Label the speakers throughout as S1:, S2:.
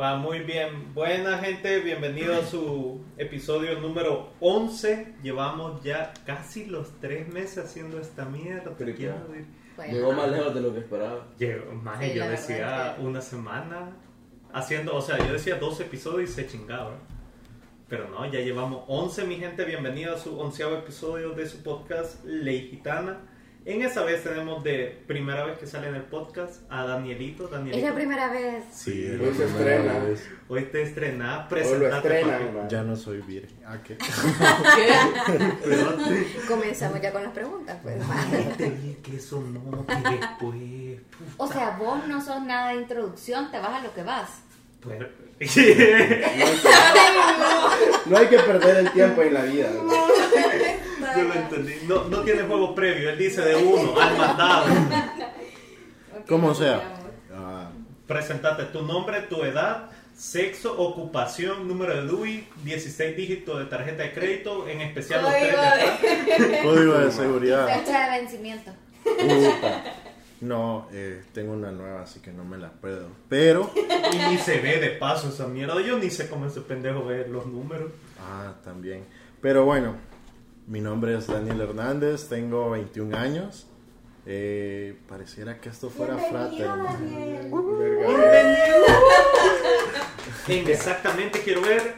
S1: Va muy bien. Buena gente, bienvenido a su episodio número 11. Llevamos ya casi los tres meses haciendo esta mierda. Te
S2: Pero
S1: quiero
S2: claro.
S1: decir.
S3: Bueno,
S2: Llegó más lejos de lo que esperaba.
S1: Llevo- maje,
S3: Sí,
S1: yo
S3: la verdad
S1: decía
S3: es que-
S1: una semana haciendo, o sea, yo decía dos episodios y se chingaba. Pero no, ya llevamos 11, mi gente. Bienvenido a su onceavo episodio de su podcast Ley Gitana. En esa vez tenemos de primera vez que sale en el podcast a Danielito. Danielito.
S3: Es la primera vez.
S1: Sí,
S4: es la
S5: Hoy Pues se
S4: primera
S5: estrena.
S4: vez.
S1: Hoy te estrenás,
S5: O lo
S1: presentate.
S5: estrenan, man.
S4: Ya no soy virgen. Ah, ¿qué?
S3: Comenzamos ya con las preguntas, pues.
S1: Viste bien que eso no, pues, que después. puf,
S3: O sea, vos no sos nada de introducción, te vas a lo que vas.
S1: pero-
S5: No hay que perder el tiempo en la vida. ¿no?
S1: Yo lo entendí. No, no tiene juego previo, él dice de uno, al mandado.
S4: Como sea. Ah,
S1: Presentate tu nombre, tu edad, sexo, ocupación, número de DUI, 16 dígitos de tarjeta de crédito, en especial los tres de acá.
S4: código de seguridad.
S3: Fecha de vencimiento.
S4: Puta. No, eh, tengo una nueva, así que no me la puedo. Pero.
S1: Y ni se ve de paso esa mierda. Yo ni sé cómo ese pendejo ve los números.
S4: Ah, también. Pero bueno, mi nombre es Daniel Hernández, tengo 21 años. Eh, pareciera que esto fuera fraterno.
S5: Verga.
S1: En exactamente quiero ver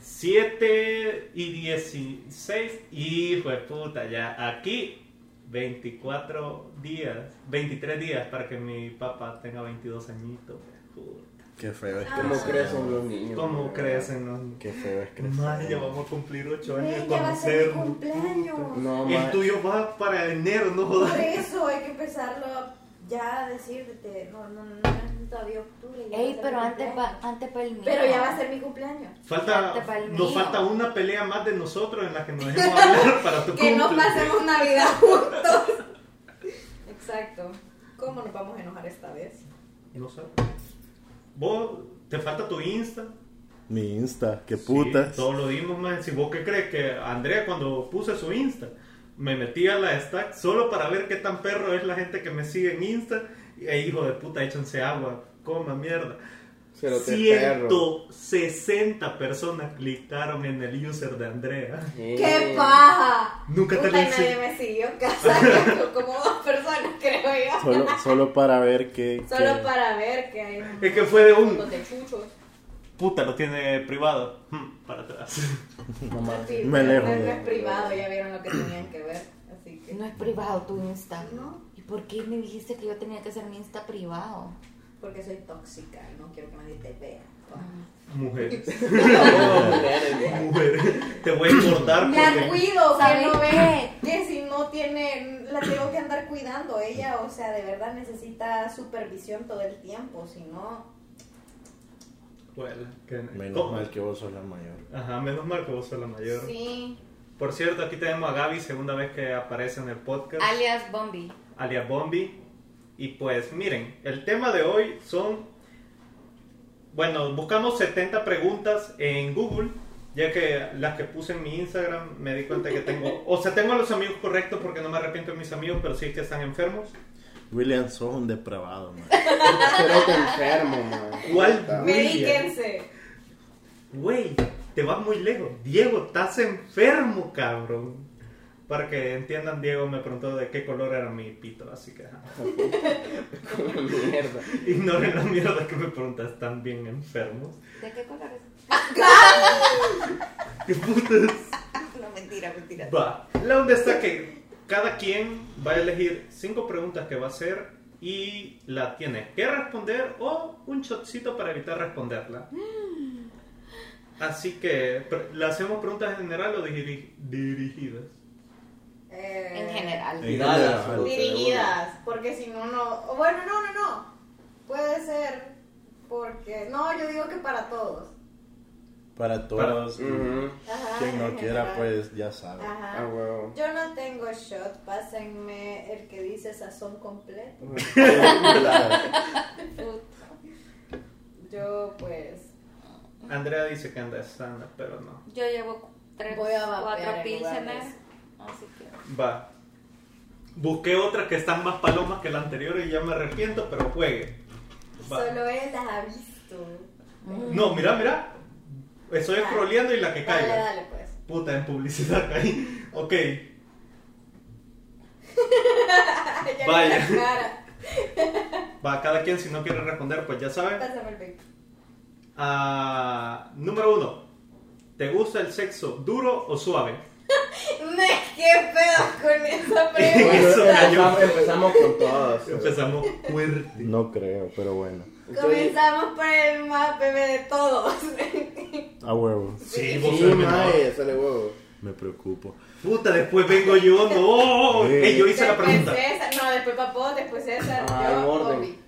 S1: 7 y 16. Hijo de puta, ya aquí 24 días, 23 días para que mi papá tenga 22 añitos. puta.
S4: Qué feo es
S5: ¿Cómo
S4: crecer.
S5: crecen los niños?
S1: ¿Cómo
S5: man?
S1: crecen los
S4: Qué feo es crecer.
S1: Madre, ya vamos a cumplir 8 años de
S6: Ey, ya va a ser mi
S1: conocernos.
S6: cumpleaños.
S5: No,
S1: El
S5: man.
S1: tuyo va para enero, no
S6: Por
S1: jodas.
S6: eso hay que empezarlo ya a decirte. No, no, no, no, todavía octubre. ya va
S3: Ey,
S6: a ser
S3: pero
S6: mi
S3: antes va,
S6: cumpleaños.
S3: antes para el mío.
S6: Pero ya va a ser mi cumpleaños.
S1: Falta,
S3: Falta pa'l mío.
S1: nos falta una pelea más de nosotros en la que nos dejemos hablar para tu
S6: Que no
S1: cumple.
S6: pasemos Navidad juntos. Exacto. ¿Cómo nos vamos a enojar esta vez?
S1: No sé. Vos, te falta tu Insta.
S4: Mi Insta, qué
S1: Sí,
S4: putas.
S1: todo lo dimos, man. Si vos qué crees que Andrea cuando puse su Insta, me metí a la stack solo para ver qué tan perro es la gente que me sigue en Insta. E hijo de puta, échense agua, coma mierda.
S5: Se lo te perro.
S1: 160 personas clicaron en el user de Andrea.
S5: Eh.
S6: ¡Qué paja!
S1: Nunca te
S6: Puta,
S1: lo hice.
S6: nadie me siguió en casa, creo, como dos personas, creo yo.
S4: Solo, solo para ver que.
S6: Solo
S4: que-
S6: para ver que hay un
S1: Es que fue de un-
S6: montón de chuchos.
S1: Puta, lo tiene privado. Hmm, para atrás.
S6: Sí,
S4: me alejo
S6: No
S4: de-
S6: es privado, ya vieron lo que tenían que ver. Así que.
S3: No es privado tu Insta.
S6: No.
S3: ¿Y por qué me dijiste que yo tenía que hacer mi Insta privado?
S6: Porque soy tóxica y no quiero que nadie te vea.
S4: Ah,
S1: Mujeres.
S5: Mujeres,
S1: Mujeres. Te voy a engordar
S6: La
S1: porque-
S6: cuido, que
S3: ¿Sabes
S6: no ve.
S3: qué?
S6: Que si no tiene, la tengo que andar cuidando ella. O sea, de verdad necesita supervisión todo el tiempo. Si no,
S1: Bueno, que-
S4: Menos
S1: ¿Cómo?
S4: mal que vos sos la mayor.
S1: Ajá, menos mal que vos sos la mayor.
S6: sí.
S1: Por cierto, aquí tenemos a Gaby, segunda vez que aparece en el podcast,
S3: Alias Bombi.
S1: alias Bombi. Y pues miren, el tema de hoy son, bueno, buscamos 70 preguntas en Google, ya que las que puse en mi Instagram me di cuenta que tengo, o sea, tengo a los amigos correctos porque no me arrepiento de mis amigos, pero sí que están enfermos.
S4: William, sos un depravado, man.
S5: Pero te enfermo, man.
S1: ¿Cuál?
S5: Puta.
S1: Me-
S6: Medíquense.
S1: Güey, te vas muy lejos. Diego, estás enfermo, cabrón. Para que entiendan, Diego me preguntó de qué color era mi pito, así que... ajá.
S5: Mierda.
S1: Ignoren la mierda que me preguntas, están bien enfermos.
S3: ¿De qué color es?
S1: ¿Qué putas?
S6: Ah,
S3: No, mentira, mentira.
S1: Va. La onda está que cada quien va a elegir cinco preguntas que va a hacer y la tienes que responder o un shotcito para evitar responderla. Así que, pre- ¿le hacemos preguntas en general o diri- dirigidas?
S6: Eh,
S3: En general.
S4: En
S5: Nada,
S4: general.
S6: Dirigidas. Porque si no, no. Bueno, no, no, no. Puede ser. Porque. No, yo digo que para todos.
S4: Para todos, Mm.
S5: Ujú.
S6: Ajá,
S4: quien no
S6: en
S4: quiera,
S6: general.
S4: pues ya sabe.
S6: Ajá.
S5: Ah, huevo.
S6: Yo no tengo shot, pásenme el que dice sazón completo. eh, Yo pues
S1: Andrea dice que anda sana, pero no.
S3: Yo llevo tres,
S6: Voy a vapear
S3: cuatro
S6: en lugar de
S3: pilsener.
S6: eso.
S3: Así que.
S1: Va. Busqué otras que están más palomas que la anterior y ya me arrepiento, pero juegue. Va.
S6: solo él las ha visto.
S1: No, mira, mira. Estoy
S6: Dale.
S1: scrolleando y la que
S6: Dale,
S1: caiga.
S6: dale, pues.
S1: Puta, en publicidad caí. Ok.
S6: Ya vi
S1: Vaya.
S6: la cara.
S1: Va, cada quien si no quiere responder, pues ya saben.
S6: Pásame el pic.
S1: Ah, número uno. ¿Te gusta el sexo duro o suave?
S6: Me qué pedo con esa pregunta.
S5: Bueno,
S1: Eso
S5: empezamos,
S1: cayó.
S5: empezamos con todos.
S1: Empezamos fuerte.
S4: No creo, pero bueno.
S6: Comenzamos por el más bebé de todos.
S4: A huevo.
S1: Sí, vos
S5: Sí,
S1: sos el menor.
S5: mae, sale huevo.
S4: Me preocupo.
S1: Puta, después vengo yo. No.
S4: Eh.
S1: Ey, yo hice la
S6: después
S1: pregunta.
S6: César, no, después Papón, después César,
S5: Ah, en
S6: yo,
S5: orden.
S6: Bobby.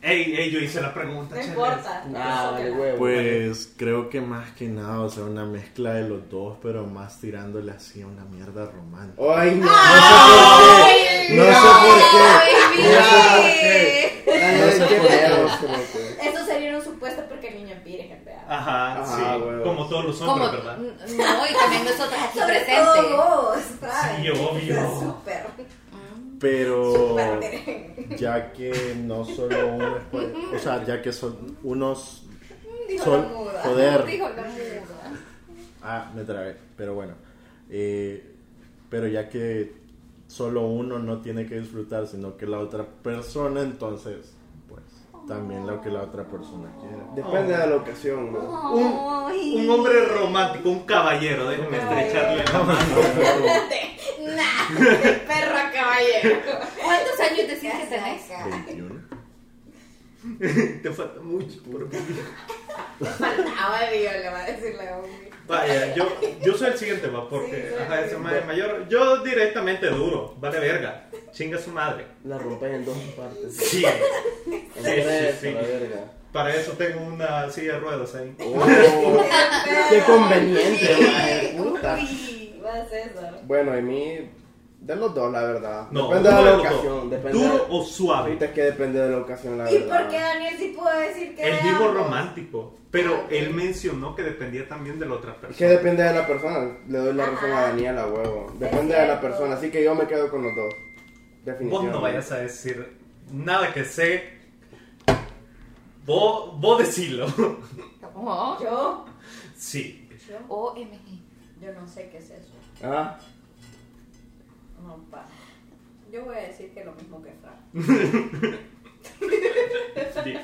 S1: Ey, ey, yo hice la pregunta.
S6: No
S1: chale.
S6: importa.
S5: Ah, vale
S6: Sócala.
S5: huevo.
S4: Pues creo que más que nada, o sea, una mezcla de los dos, pero más tirándole así a una mierda romántica.
S5: Ay, no. Ah.
S6: ¡Ay!
S4: No sé por qué.
S6: ¡Ay,
S5: Ay,
S4: No sé
S5: qué
S4: por qué.
S5: pedo, como que-
S6: mira! Eso sería un supuesto porque el niño pide que vea.
S1: Ajá,
S5: Ajá,
S1: sí.
S5: Ah, huevo.
S1: Como todos los
S3: Como,
S1: hombres, ¿verdad?
S3: no, y también nosotras aquí
S6: Sobre
S3: presentes.
S6: todo vos, ¿sabes?
S1: Sí, obvio.
S6: Es Súper,
S4: Pero
S6: súper. teren.
S4: ya que no solo uno es poder- o sea, ya que son unos
S6: Dijo
S4: Sol-
S6: la muda.
S4: joder.
S6: Dijo la muda.
S4: Ah, me trabé, pero bueno. Eh, pero ya que solo uno no tiene que disfrutar, sino que la otra persona, entonces, pues, también lo que la otra persona quiera.
S5: Depende de la ocasión, ¿no?
S1: Un,
S3: Ay.
S1: un hombre romántico, un caballero, déjenme estrecharle la mano.
S6: Nah, de perro a caballero.
S3: ¿Cuántos años decís que tenés?
S4: 21.
S1: Te falta mucho por vivir.
S6: Faltaba, digo, le va a decir la Bobby.
S1: Vaya, yo, yo soy el siguiente, va, porque
S6: Sí, soy
S1: ajá, ese
S6: el siguiente.
S1: madre mayor. Yo directamente duro, vale verga. Chinga su madre.
S5: La rompes en dos partes.
S1: Sí.
S5: En
S1: Sí, sí,
S5: tres,
S1: sí.
S5: a la verga.
S1: Para eso tengo una silla de ruedas ahí.
S5: Oh, qué conveniente, mae, puta.
S6: Uy, va César.
S5: Bueno, a mí, de los dos, la verdad.
S1: No,
S5: depende
S1: uno
S5: de la
S1: los dos.
S5: ocasión. Depende
S1: Duro o suave.
S5: Ahorita es que depende de la ocasión, la
S6: ¿Y
S5: verdad.
S6: por qué Daniel sí puede decir que
S1: Él
S6: de
S1: dijo
S6: ambos?
S1: romántico, pero él mencionó que dependía también de la otra
S5: Es que
S1: persona.
S5: depende de la persona. Le doy la razón a Daniela, huevo. Depende de la
S6: cierto.
S5: persona. Así que yo me quedo con los dos.
S1: Vos
S5: Definitivamente.
S1: no vayas a decir nada que sé. Vos, vos decilo.
S3: Oh,
S6: Yo,
S1: Sí.
S6: yo,
S3: OMG.
S6: yo no sé qué es eso.
S5: Ah,
S6: No, pa. Yo voy a decir que lo mismo que Fran.
S1: Sí.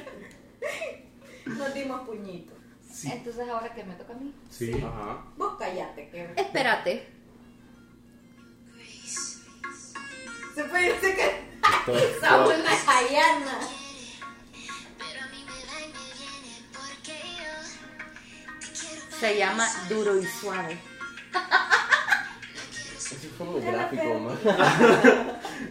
S6: Nos dimos puñitos.
S1: Sí.
S3: Entonces ahora que me toca a mí.
S1: sí.
S5: ajá.
S6: Vos callate, que.
S3: Espérate.
S6: Se puede decir que
S4: Entonces,
S6: somos una callana.
S2: Pero a mí me da y me viene porque yo te quiero
S3: Se llama Duro y Suave.
S5: Eso fue muy gráfico, man.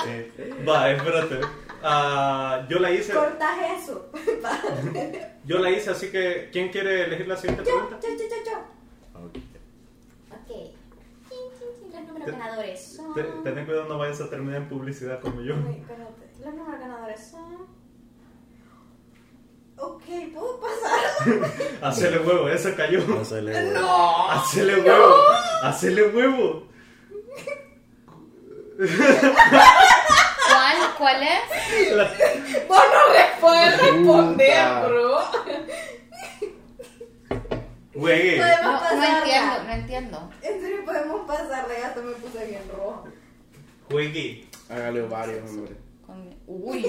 S1: Eh, va, espérate. Ah, yo la hice.
S6: Cortas eso. Va.
S1: Yo la hice, así que ¿quién quiere elegir la siguiente
S6: Yo,
S1: pregunta?
S6: yo, yo, yo, yo.
S4: ok.
S2: Ok. Tin, tin, tin. Los números
S1: Te-
S2: ganadores son.
S1: Te- Ten cuidado, no vayas a terminar en publicidad como yo.
S6: Uy, espérate. Los números ganadores son. Ok, ¿puedo pasar?
S1: Hacele huevo, esa cayó.
S4: Pásale, güey.
S6: ¡No!
S1: Hacele huevo. Hacele huevo.
S3: ¿Cuál? ¿Cuál es?
S1: La-
S6: Vos no le puedes responder,
S5: Puta.
S6: bro.
S1: Güey.
S6: Podemos
S3: No,
S6: pasar.
S3: no entiendo, no entiendo.
S6: En serio, podemos pasar de gato, me puse bien rojo.
S1: Juegue.
S5: Hágale varios, hombre.
S3: Con- Uy.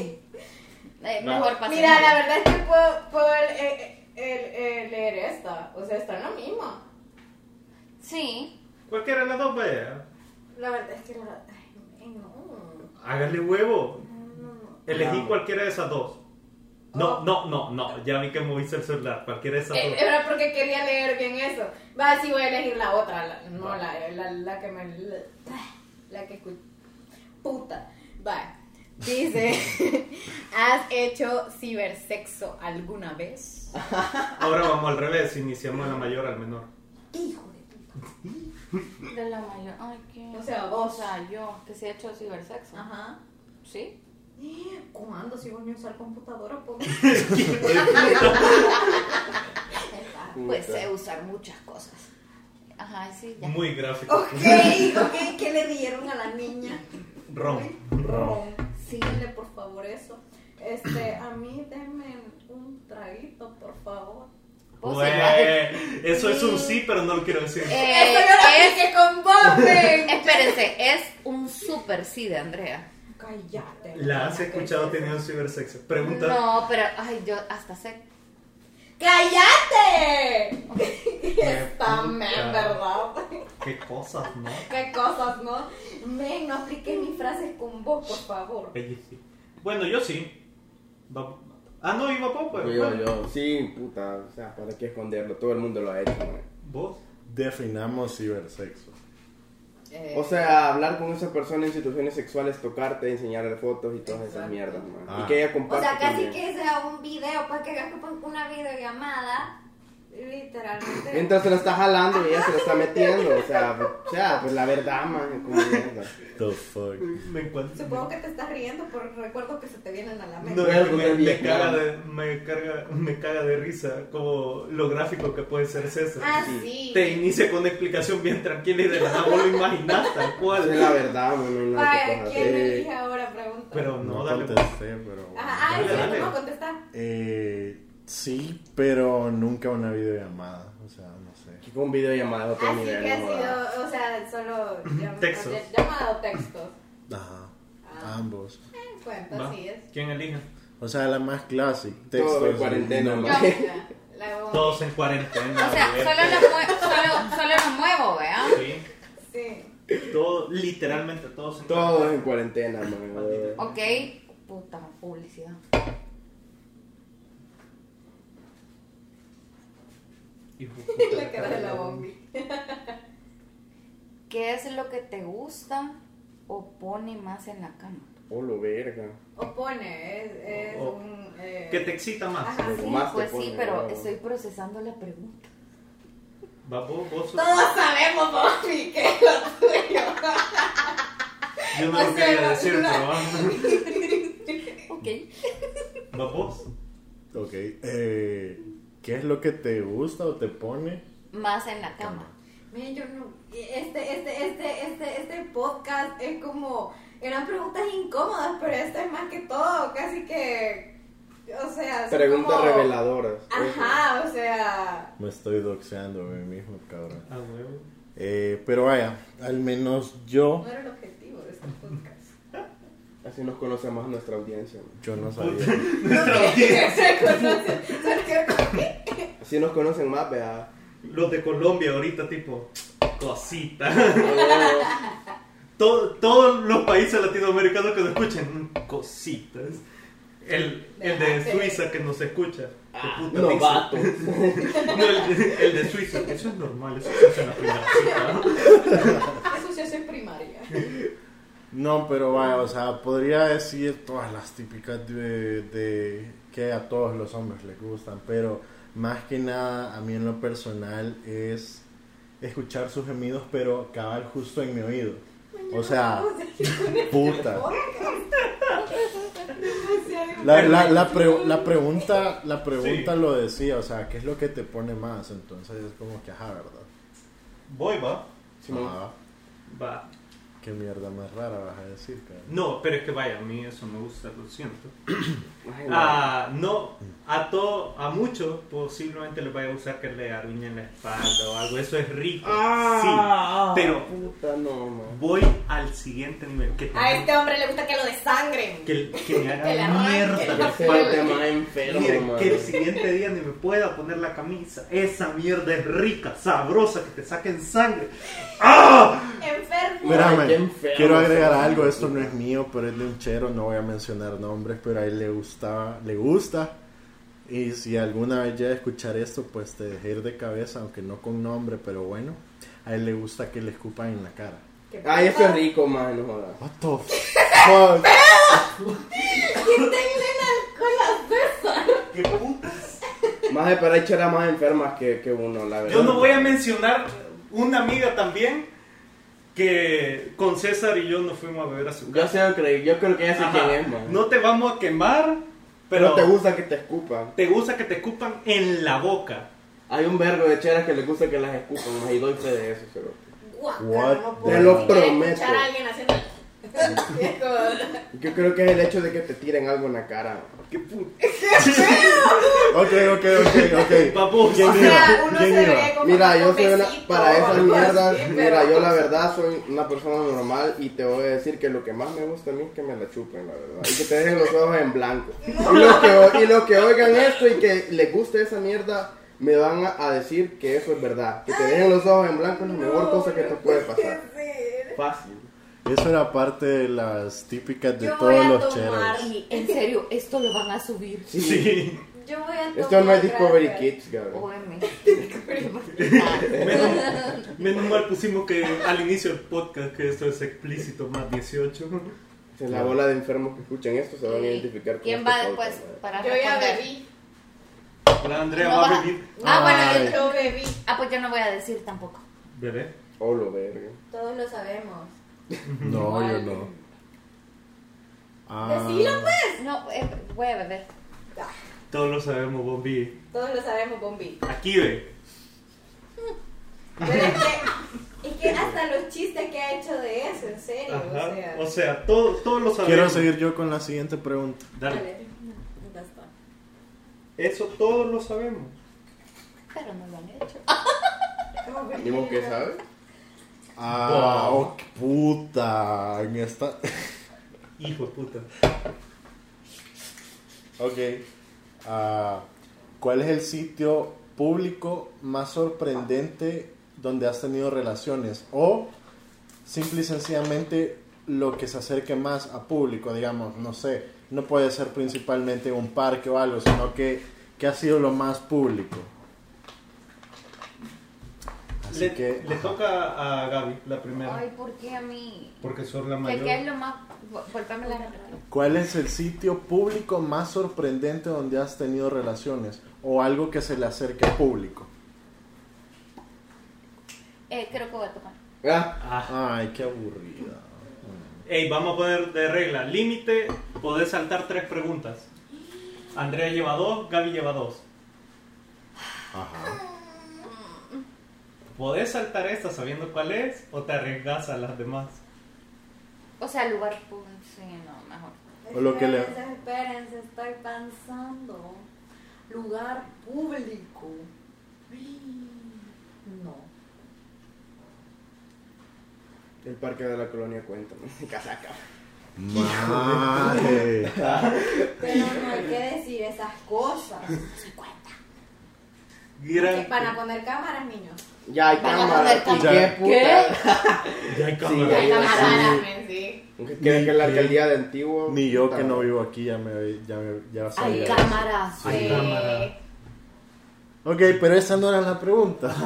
S1: Va.
S3: Eh, mejor pasemos.
S6: Mira, la verdad es que puedo, puedo eh, eh, eh, leer esta. O sea, está en la misma.
S3: Sí.
S1: Cualquiera de las dos, vaya.
S6: La verdad es que la. Ay, ay, no.
S1: Hágale huevo. Elegí
S5: No.
S1: cualquiera de esas dos. No, no, no, no. Ya vi que moviste el celular. Cualquiera de esas
S6: Eh,
S1: dos.
S6: Era porque quería leer bien eso. Va, sí, voy a elegir la otra. la- no,
S1: Va.
S6: la, la, la que me. La, la que escuché. Puta. Va. Dice: ¿Has hecho cibersexo alguna vez?
S1: Ahora vamos al revés. Iniciamos de la mayor al menor.
S6: Hijo de puta.
S3: De la mayor. Ay, qué.
S6: O sea, vos.
S3: O sea, yo, que sí he hecho cibersexo.
S6: Ajá.
S3: Sí.
S6: ¿Cuándo si vos ni usar computadora? po?
S3: Pues
S5: Puta.
S3: sé usar muchas cosas. Ajá, sí, ya.
S1: Muy gráfico.
S6: ok, ok, ¿qué le dieron a la niña?
S1: Ron.
S6: Ron.
S3: Sí.
S6: Síguenle por favor eso. Este, a mí denme un traguito, por favor.
S3: Vos
S1: Güey,
S3: serás-
S1: eh, eso es un sí, pero no lo quiero decir.
S3: Eh,
S6: Eso yo lo
S3: es-
S6: apliqué con vos, men.
S3: Espérense, es un super sí de Andrea.
S6: Cállate.
S1: La has escuchado teniendo cibersexo. Pregunta.
S3: No, pero ay, yo hasta sé.
S6: ¡Cállate!
S1: puta.
S6: Está men, ¿verdad?
S1: Qué cosas, ¿no?
S6: Qué cosas, ¿no? Men, no apliqué mis frases con vos, por favor.
S1: Ella sí. Bueno, yo sí. Va- Ah, no, iba Pop,
S6: Pues,
S1: pero.
S5: Yo,
S1: bueno.
S5: yo, sí, puta, o sea, ¿para qué esconderlo? Todo el mundo lo ha hecho, man.
S1: Vos.
S4: Definamos cibersexo.
S3: eh,
S5: O sea, hablar con esa persona en situaciones sexuales, tocarte, enseñarle fotos y todas esas
S6: Exacto.
S5: mierdas, man.
S4: Ah.
S5: Y que ella
S6: O
S5: comparte
S6: sea, casi
S5: también.
S6: que sea un video, para que hagas como una videollamada, literalmente.
S5: Mientras se la está jalando y ella se la está metiendo, o sea, pues, o sea, pues la verdad, man, como mierda.
S4: The fuck.
S1: Me encuentro.
S6: Supongo que te estás riendo por recuerdos que se te vienen a la mente.
S1: No,
S5: Algo
S1: me,
S5: de
S1: me
S5: Vietnam.
S1: caga de, me, carga, me caga de risa como lo gráfico que puede ser César.
S6: ah,
S5: sí.
S6: sí.
S1: Te inicia con una explicación bien tranquila y de la nada vos lo imaginas tal
S5: Esa es
S1: cual.
S5: la verdad, man, no hay nada que
S6: Vaya,
S5: cojas.
S6: ¿quién me
S5: Eh,
S6: elige ahora? Pregunta.
S1: Pero no,
S4: No
S1: dale.
S4: contesté, pero bueno.
S6: Ajá, ay,
S1: Dale,
S6: sí,
S1: dale.
S6: ¿cómo contestar?
S4: Eh, sí, pero nunca una videollamada. O sea, no sé.
S5: que con videollamada es otro
S6: Así
S5: nivel,
S6: Ah, que ha
S5: no jodas.
S6: sido, o sea, solo llam-
S1: Textos.
S6: llam- llamado textos.
S4: Ajá.
S6: Ah.
S4: Ambos.
S6: Cuenta,
S1: pues, Va.
S6: así es.
S1: ¿Quién elige?
S4: O sea, la más clásica.
S5: Todo
S4: Texto
S5: en cuarentena, man.
S6: Yo, la voz.
S1: Todos en cuarentena.
S3: O sea,
S1: güey.
S3: solo lo muevo, solo, solo lo muevo, ¿vea?
S1: Sí.
S6: Sí.
S1: Todo, literalmente todos en
S5: Todos en cuarentena, man.
S1: Maldita.
S3: Ok, puta publicidad.
S1: Hijo de puta,
S6: La cara de la bombi.
S3: ¿Qué es lo que te gusta o pone más en la cama?
S5: Oh, lo verga.
S6: O pone, es, es
S1: O-
S6: un. Eh,
S1: ¿Qué te excita más?
S6: Ajá,
S5: Lo que
S6: sí.
S5: más te
S3: Pues sí,
S5: pone,
S3: pero
S5: ¿no?
S3: estoy procesando la pregunta.
S1: Va, vos, vos.
S6: Todos sabemos, Bobby, que es lo tuyo.
S1: Yo no
S6: o
S1: lo
S6: sea,
S1: quería decir,
S6: la-
S1: pero va.
S3: Ok.
S1: Va, vos.
S4: Ok. eh, ¿Qué es lo que te gusta o te pone?
S3: Más en la cama.
S6: Miren, yo no. Este, este, este, este, este podcast es como. Eran preguntas incómodas, pero esto es más que todo, casi que. O sea, son
S5: Preguntas
S6: como-
S5: reveladoras.
S6: Ajá, o sea.
S4: Me estoy doxeando a mí mismo, cabrón.
S1: A Ah, huevo.
S4: Eh, pero vaya, al menos yo,
S6: No era el objetivo de este podcast.
S5: Así nos conoce más nuestra audiencia, man.
S4: yo no sabía.
S1: Nuestra audiencia.
S6: Se conoce, porque-
S5: Así nos conocen más, vea.
S1: Los de Colombia ahorita, tipo, cosita.
S5: Oh,
S1: Todo- todos los países latinoamericanos que nos escuchen, mm, cositas. El, el de Suiza que nos escucha.
S5: ah,
S1: que puta dice.
S5: novato.
S1: No, el, de- el de Suiza. Eso es normal, eso se hace en la primera cita.
S6: Eso se hace en primaria.
S4: No, pero vaya, o sea, podría decir todas las típicas de, de que a todos los hombres les gustan, pero más que nada a mí en lo personal es escuchar sus gemidos, pero cabal justo en mi oído. O sea, puta. La, la, la, pre- la pregunta, la pregunta
S1: Sí.
S4: lo decía, o sea, ¿qué es lo que te pone más? Entonces es como que, ajá, ¿verdad?
S1: Voy, va.
S5: Simón.
S4: Ajá.
S1: Va.
S4: ¿Qué mierda más rara vas a decir, cabrón?
S1: No, pero es que vaya, a mí eso me gusta, lo siento.
S5: Ay, no.
S1: Ah, no, a todo, a muchos posiblemente les vaya a gustar que le arruinen la espalda o algo, eso es rico.
S5: Ah.
S1: sí, pero
S5: Puta, no, man.
S1: voy al siguiente nivel. Que, te-
S6: A este hombre le gusta que lo desangren.
S1: que, que me
S6: Que le
S1: haga
S6: arranquen
S1: mierda.
S6: la
S1: la
S5: Ese
S1: espalda.
S5: tema enfermo,
S1: Miren,
S5: man.
S1: que el siguiente día ni me pueda poner la camisa. Esa mierda es rica, sabrosa, que te saquen sangre.
S6: Enfermo.
S4: Espérame,
S5: qué enfermo,
S4: quiero agregar
S5: ese
S4: algo,
S5: man.
S4: esto no es mío, pero es de un chero, no voy a mencionar nombres, pero a él le gustaba, le gusta. Y si alguna vez ya escuchar esto, pues te dejé ir de cabeza, aunque no con nombre, pero bueno, a él le gusta que le escupan en la cara.
S6: ¿Qué pasa?
S5: Ay, eso es rico, man, no jodas.
S4: What the fuck?
S1: ¿Qué putas?
S5: Más de para echar a más enfermas que, que uno, la verdad.
S1: Yo no voy a mencionar una amiga también que con César y yo nos fuimos a beber a su
S5: Yo sé, yo creo, yo creo que ya sé
S1: Ajá.
S5: quién es, man.
S1: No te vamos a quemar, pero
S5: No te gusta que te escupan.
S1: te gusta que te escupan en la boca.
S5: Hay un vergo de cheras que les gusta que las escupan, man, y doy fe de eso, pero.
S6: Guácala,
S4: What
S6: no
S4: the-
S6: puedo
S5: Te lo
S6: ni querer
S5: prometo.
S6: escuchar a alguien haciendo. Es como-
S5: Yo creo que es el hecho de que te tiren algo en la cara.
S1: ¡Qué puto!
S4: Ok, ok, ok, ok.
S1: Papu,
S4: ¿Quién
S6: O sea, uno se ve como
S5: Mira, yo
S6: con
S5: soy una,
S6: besito
S5: para
S6: o
S5: esas
S6: algo así,
S5: mierdas,
S6: pero- pues
S5: mira, yo la verdad soy una persona normal y te voy a decir que lo que más me gusta a mí es que me la chupen, la verdad, y que te dejen los ojos en blanco. Y los que, o- y los que oigan esto y que les guste esa mierda, me van a, a decir que eso es verdad, que te dejen los ojos en blanco es la mejor cosa que te puede pasar.
S6: Sí.
S1: Fácil.
S4: Eso era parte de las típicas de
S6: Yo voy
S4: todos
S6: a
S4: los
S6: tomar.
S4: cheros.
S3: Y en serio, esto lo van a subir.
S5: Sí.
S1: Sí.
S6: Yo voy a
S5: Esto
S6: tomar
S5: no es Discovery
S6: grasa.
S5: Kids, cabrón.
S3: OM.
S1: Menos, menos mal pusimos que al inicio del podcast que esto es explícito más 18.
S5: Se la bola de enfermos que escuchan esto se van a identificar con
S3: ¿Quién
S5: este
S3: va
S5: podcast,
S3: después
S5: ¿verdad?
S3: para
S6: Yo ya
S3: responder?
S6: bebí.
S1: Hola Andrea,
S3: No
S1: va
S3: va-
S1: a venir.
S3: Ah, bueno,
S4: Ay.
S3: yo-
S6: Yo bebí.
S3: ah, pues yo no voy a decir tampoco.
S1: Bebé.
S5: Oh, lo verga.
S6: Todos lo sabemos.
S4: No, yo no. Ah,
S6: Decilo,
S3: No, eh, voy a beber.
S1: Todos lo sabemos, Bombi.
S6: Todos lo sabemos, Bombi.
S1: Aquí ve.
S6: Pero es que, es que hasta los chistes que ha hecho de eso, en serio.
S1: Ajá.
S6: O sea.
S1: O sea, todo- todos lo
S6: pues.
S1: sabemos.
S4: Quiero seguir yo con la siguiente pregunta.
S1: Dale.
S6: Dale. Basta.
S1: Eso todos lo sabemos.
S3: Pero no lo han hecho.
S5: Ni modo que sabes.
S4: Ah,
S1: Wow.
S4: oh, qué puta. En esta.
S1: Hijo de puta.
S4: Ok. Ah, ¿Cuál es el sitio público más sorprendente donde has tenido relaciones? O simple y sencillamente lo que se acerque más a público, digamos, no sé. No puede ser principalmente un parque o algo, sino que, que ha sido lo más público. Así
S1: Le,
S4: que.
S1: le toca a Gaby la primera.
S3: Ay, ¿por qué a mí?
S1: Porque sos la
S3: ¿Qué,
S1: mayor.
S3: qué es lo más...? Volvame la
S4: ¿Cuál es el sitio público más sorprendente donde has tenido relaciones? O algo que se le acerque a público.
S3: Eh, creo que voy a tomar.
S5: Ah,
S1: Ah.
S4: Ay, qué aburrida.
S1: Ey, vamos a poner de regla. Límite, podés saltar tres preguntas. Andrea lleva dos, Gaby lleva dos.
S4: Ajá.
S1: ¿Podés saltar esta sabiendo cuál es o te arriesgas a las demás?
S3: O sea, lugar... pues, Sí, no, mejor.
S4: O lo que le-
S6: Espérense, espérense, estoy pensando. Lugar público. No.
S5: el parque de la colonia cuenta. ¿no? Casaca.
S4: Madre.
S6: Pero no hay que decir esas cosas. Porque
S1: Gran-
S6: Van a poner cámaras, niños.
S5: Ya hay
S3: Van a
S5: cámara.
S3: poner
S5: ¿Y
S4: cámara.
S5: qué puta?
S1: Ya hay
S5: Sí,
S1: cámara.
S5: ya hay
S6: Cámaras, sí.
S5: ¿Qué ¿Creen que la alcaldía de Antiguo?
S4: Ni yo
S5: puta,
S4: que no vivo aquí ya me ya, me, ya
S3: Hay
S4: sabía.
S3: cámaras.
S1: Hay
S3: sí.
S1: cámara.
S4: Ok, pero esa no era la pregunta.
S5: La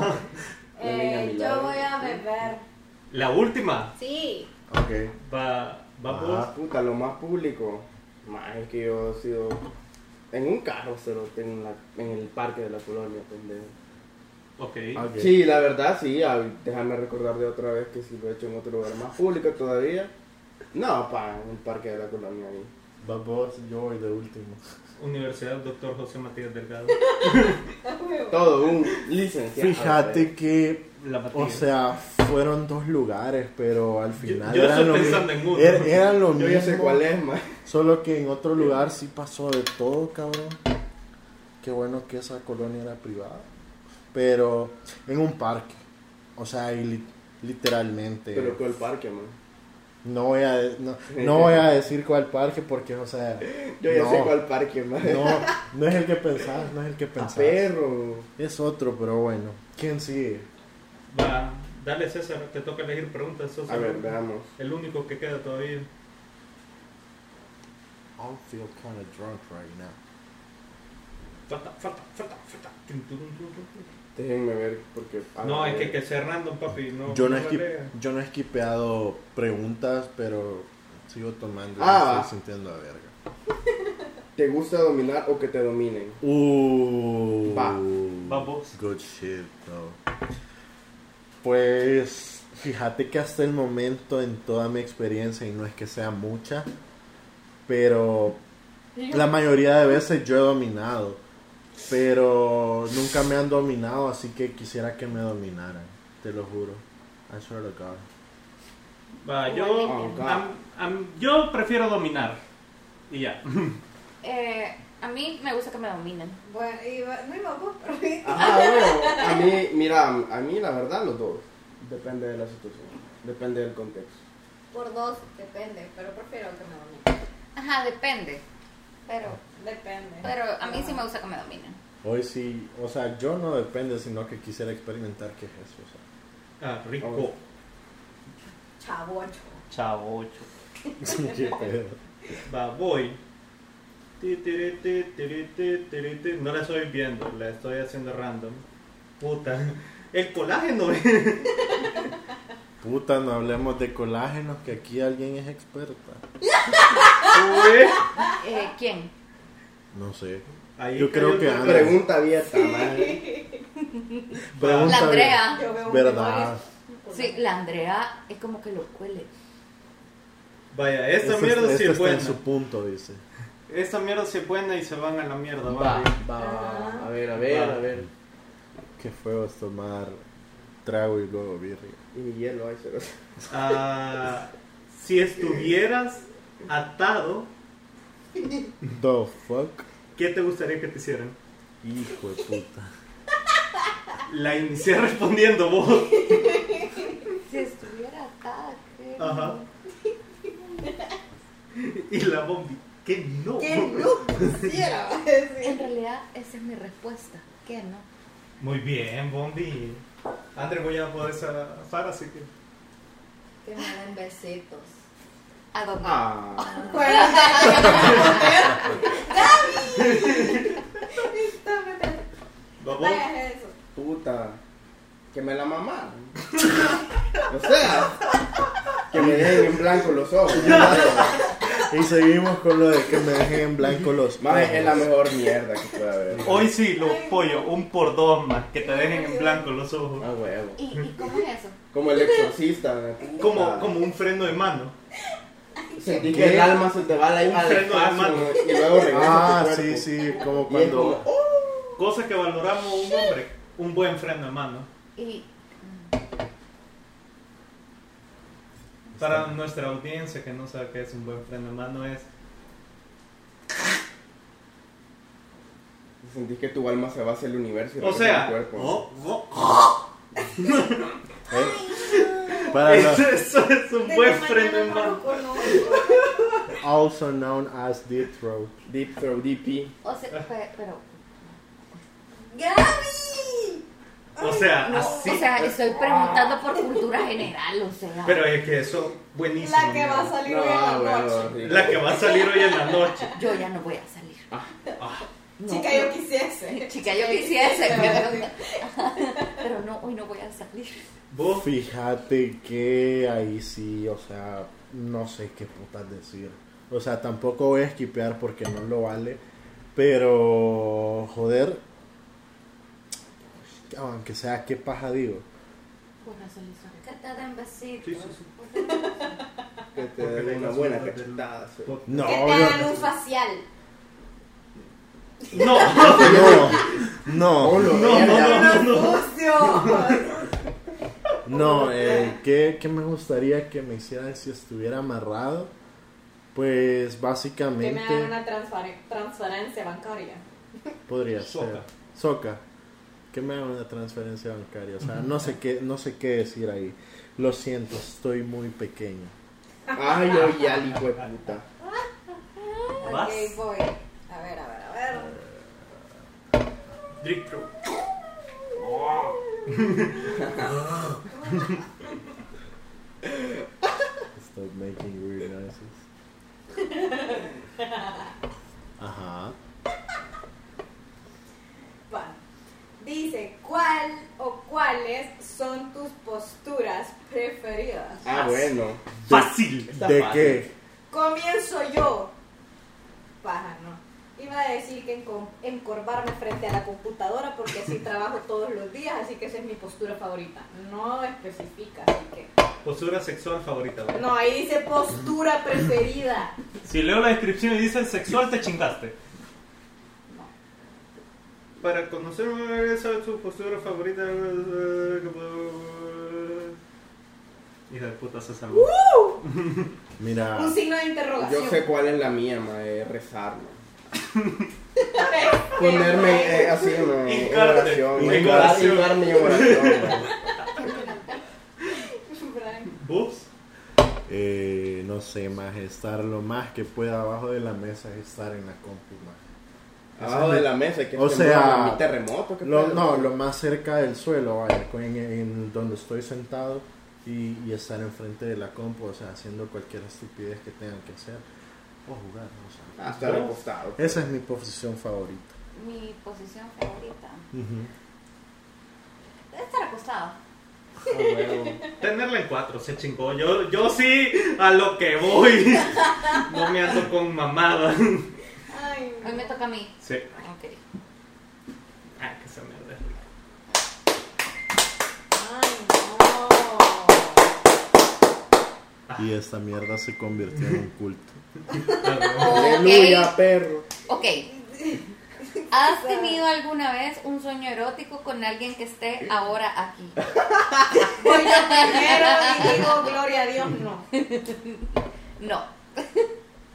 S5: niña
S6: Eh,
S5: milagro.
S6: yo voy a beber.
S1: La última
S6: Sí.
S4: Ok.
S1: va, va por-
S4: Ajá.
S5: Ah, Puta, lo más público. Más es que yo he sido. En un carro, pero en, la- en el parque de la colonia, pendejo.
S1: Ok.
S4: ok.
S5: Sí, la verdad, sí. ah, Déjame recordar de otra vez que si lo he hecho en otro lugar más público todavía. No, pa, en el parque de la colonia ahí.
S4: Vas vos, yo voy de último.
S1: Universidad Doctor José Matías Delgado.
S5: Todo un licenciado. eh.
S4: Fíjate que
S1: La Matías.
S4: O sea, fueron dos lugares, pero al final
S1: yo estoy
S4: eran, lo
S1: pensando
S4: mismo.
S1: en uno.
S4: Er- eran lo
S5: Yo
S4: mismo.
S5: ya sé cuál es, man.
S4: Solo que en otro lugar sí pasó de todo, cabrón. Qué bueno que esa colonia era privada. Pero en un parque. O sea, y li- literalmente.
S5: Pero con el parque, man.
S4: No voy, a, de- no, no voy a decir cuál parque porque, o sea.
S5: Yo ya
S4: no,
S5: sé cuál parque, man.
S4: No, no es el que pensás, no es el que
S5: A
S4: pensás.
S5: perro.
S4: Es otro, pero bueno. ¿Quién sigue?
S1: Va, dale César, te toca elegir preguntas. sos
S5: A
S1: el-
S5: ver, veamos.
S1: El único que queda todavía.
S4: I feel kind of drunk right now.
S1: Falta, falta, falta, falta. Tum, tum, tum, tum, tum.
S5: Déjenme ver porque... a
S1: No, es
S5: ver.
S1: que, que sea random, papi. No,
S4: Yo
S1: no
S4: no, he esqui-
S1: vale.
S4: yo no he esquipeado preguntas, pero sigo tomando y
S5: Ah,
S4: me
S5: va.
S4: estoy sintiendo a verga.
S5: ¿Te gusta dominar o que te dominen?
S4: Uh,
S5: Va.
S1: Va vos.
S4: Good shit, bro. Pues fíjate que hasta el momento en toda mi experiencia, y no es que sea mucha, pero la mayoría de veces yo he dominado, pero nunca me han dominado, así que quisiera que me dominaran, te lo juro. I swear to God.
S1: Va, yo,
S5: Oh, God.
S1: am- am- yo prefiero dominar. Y ya.
S3: Eh, a mí me gusta que me dominen.
S6: Bueno, y va- no iba vos, pero sí.
S5: Ajá, bueno, a mí, mira, a mí la verdad los dos. Depende de la situación, depende del contexto.
S6: por dos depende, pero prefiero que me domine.
S3: Ajá, depende.
S6: Pero depende.
S3: Pero a mí sí me gusta que me dominen.
S4: Hoy sí, o sea, yo no depende, sino que quisiera experimentar qué es eso. o sea.
S1: Ah, rico.
S6: Chavocho.
S1: Chavo ocho.
S4: Qué pedo.
S1: Va, voy. Ti, tiri, ti, tiri, ti, tiri, ti. No la estoy viendo, la estoy haciendo random. Puta. El colágeno.
S4: Puta, no hablemos de colágenos, que aquí alguien es experta.
S1: Ué.
S3: Eh, ¿Quién?
S4: No sé.
S1: Ahí
S4: Yo creo
S1: cayó
S4: que
S1: el-
S4: Ana.
S5: Pregunta abierta, madre.
S4: Pregunta
S3: La
S4: bien.
S3: Andrea.
S6: Yo veo un
S4: Verdad.
S6: color.
S3: Sí, la Andrea es como que lo cuele.
S1: Vaya, esta
S4: Este-
S1: mierda
S4: este
S1: sí es
S4: está
S1: buena.
S4: en su punto, dice.
S1: Esta mierda sí es buena y se van a la mierda,
S5: Va, Ah.
S1: va.
S5: va, a ver, a ver, a ver.
S4: Qué feo es tomar trago y luego birria.
S5: Y mi hielo, ay, se lo-
S1: Ah, si estuvieras atado,
S4: The fuck?
S1: ¿qué te gustaría que te hicieran?
S4: Hijo de puta.
S1: La inicié respondiendo vos.
S3: Si estuviera atada, ¿qué?
S1: Ajá. Y la bombi. Que no.
S6: ¿Qué no quisiera? va a
S3: En
S6: decir.
S3: realidad, esa es mi respuesta. ¿Qué no?
S1: Muy bien, bombi. André, voy a poder zafar, así que.
S6: Que me den besitos.
S3: ¿A dónde?
S5: Ah,
S1: ¿Va vos?
S6: Vaya es eso.
S5: puta. Que me la mamaron. o sea, que me dejen en blanco los ojos.
S4: Y seguimos con lo de que me dejen en blanco los ojos.
S5: Madre, es la mejor mierda que puede haber.
S1: Hoy sí, los pollos, un por dos más, que te dejen en blanco los ojos.
S5: Ah, huevo.
S3: ¿Y, y cómo es eso?
S5: Como el exorcista. Ah,
S1: Como, como un freno de mano.
S5: Sentí
S4: ¿Qué?
S5: que el alma se te va a la
S1: Un
S5: al
S1: freno de
S5: espacio,
S1: mano.
S5: Y luego regresa. a
S4: Ah,
S5: tu
S4: sí,
S5: cuerpo.
S4: sí, como
S5: Y es
S4: cuando...
S5: como, oh,
S1: Cosa que valoramos un hombre, un buen freno de mano.
S3: Y mm,
S1: Para nuestra audiencia que no sabe qué es un buen freno de mano, es.
S5: oh, Sentís que tu alma se va hacia el universo y
S1: O
S5: regresa a
S1: sea,
S5: tu cuerpo.
S1: oh, oh,
S4: Para los-
S1: oh, eso es un buen freno de mano.
S4: also known as deep throat.
S5: Deep E. Throw DP.
S3: O
S1: Ah.
S3: sea, fue- pero.
S6: ¡Gaby!
S1: O sea,
S3: no,
S1: así.
S3: o sea, estoy preguntando por cultura general, o sea.
S1: Pero es que eso, buenísimo.
S6: La que va
S1: mira.
S6: a salir
S5: No,
S6: hoy
S1: Ah,
S6: en la
S5: huevo,
S6: noche.
S5: sí.
S1: La que va a salir hoy en la noche.
S3: Yo ya no voy a salir.
S1: Ah,
S3: No,
S6: Chica,
S3: no.
S6: yo quisiese.
S3: Chica, yo quisiese,
S6: ¿verdad?
S3: pero, pero no, hoy no voy a salir.
S1: Vos,
S4: Fíjate que ahí sí, o sea, no sé qué putas decir. O sea, tampoco voy a esquipear porque no lo vale. Pero, joder. Aunque sea, qué paja digo.
S3: Por razón y solo.
S6: Que te den besitos.
S1: Sí, sí, sí.
S5: Que te
S1: Porque
S5: den
S1: le
S5: una
S1: das
S5: buena
S1: una del-
S5: cachetada. sí.
S4: No,
S6: que te hagan
S4: no,
S6: un facial.
S1: no,
S5: Oh,
S4: no,
S1: no,
S4: no,
S1: no, no, no.
S6: ¡Sucio!
S4: no. eh, ¿qué, qué me gustaría que me hicieran si estuviera amarrado? Pues
S6: Que me hagan
S4: básicamente
S6: una transfer- transferencia bancaria.
S4: podría ser.
S1: Soca.
S4: Soca. Que me hagan una transferencia bancaria. O sea, no sé qué, no sé qué decir ahí. Lo siento, estoy muy pequeño.
S5: Ay, oye, al hijo de puta.
S1: Vas.
S6: Ok, voy. A ver, a ver, a ver.
S1: Drip Pro.
S4: Stop making weird noises. Ajá.
S6: Va. Dice, ¿cuál o cuáles son tus posturas preferidas?
S5: Ah, bueno.
S1: Fácil.
S5: Está
S4: ¿De
S5: fácil.
S4: qué?
S6: Comienzo yo. Paja, no. Iba a decir que encom- encorvarme frente a la computadora porque así trabajo todos los días, así que esa es mi postura favorita. No especifica, así que.
S1: Postura sexual favorita. ¿vale?
S6: No, ahí dice postura preferida.
S1: Si leo la descripción y dice sexual, te chingaste. Para conocer esa es su postura favorita. eh, que puedo- Hija de puta se salvó.
S4: Mira,
S6: Un signo de
S5: Ah. Yo
S6: interrogación.
S5: sé cuál es la mía, mae, rezar, mae.
S6: Pero-
S5: Ponerme eh, así, mae, en
S1: Hincarte.
S5: oración, mae.
S1: Hincar-
S5: Hincarme en oración, mae.
S6: Frank,
S1: Ups.
S4: eh, no sé, más estar lo más que pueda abajo de la mesa es estar en la compu, más.
S5: Abajo de la mesa, que
S4: O
S5: es
S4: sea,
S5: un terremoto. ¿qué
S4: Lo-
S5: pedo?
S4: no, lo más cerca del suelo, vaya, con- en, en donde estoy sentado y, y estar enfrente de la compu, o sea, haciendo cualquier estupidez que tengan que hacer o jugar, no sé.
S5: Ah, estar recostado.
S4: Esa es mi posición favorita.
S3: Mi posición favorita. Debe estar acostado.
S5: Ah, huevo.
S1: Tenerla en cuatro, se chingó. Yo, yo sí, a lo que voy. No me ando con mamadas.
S6: Ay,
S3: Hoy me toca a mí.
S1: Sí.
S3: Ok.
S1: Ah, que se me derrita.
S6: Ay, no.
S4: Y esta mierda se convirtió en un culto.
S5: Aleluya, perro.
S3: Ok. ¿Has tenido alguna vez un sueño erótico con alguien que esté ahora aquí?
S6: Voy yo primero y digo, gloria a Dios, no.
S3: No.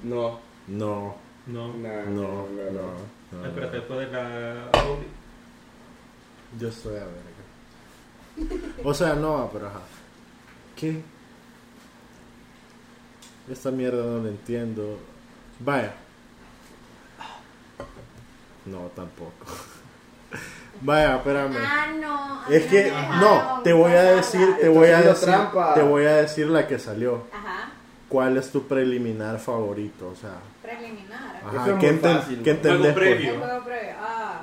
S5: No,
S4: No,
S1: No.
S5: no,
S4: Ah, no, no, no.
S1: Ay, Espérate, después de la.
S4: Yo estoy a verga. O sea, no, pero ajá. ¿Qué? Esta mierda no la entiendo. Vaya. No, tampoco. Vaya, espérame.
S3: no.
S4: Es que, Ah, no, te voy a decir, te
S5: Estás
S4: voy a
S5: haciendo
S4: decir,
S5: trampa.
S4: te voy a decir la que salió.
S6: Ajá,
S4: ¿Cuál es tu preliminar favorito? O sea,
S6: preliminar.
S4: ajá,
S5: Eso es
S4: ¿qué,
S5: muy
S4: enten-
S5: fácil.
S4: qué
S1: Juego
S4: entendés? por-
S1: previo.
S6: El juego previo. Ah.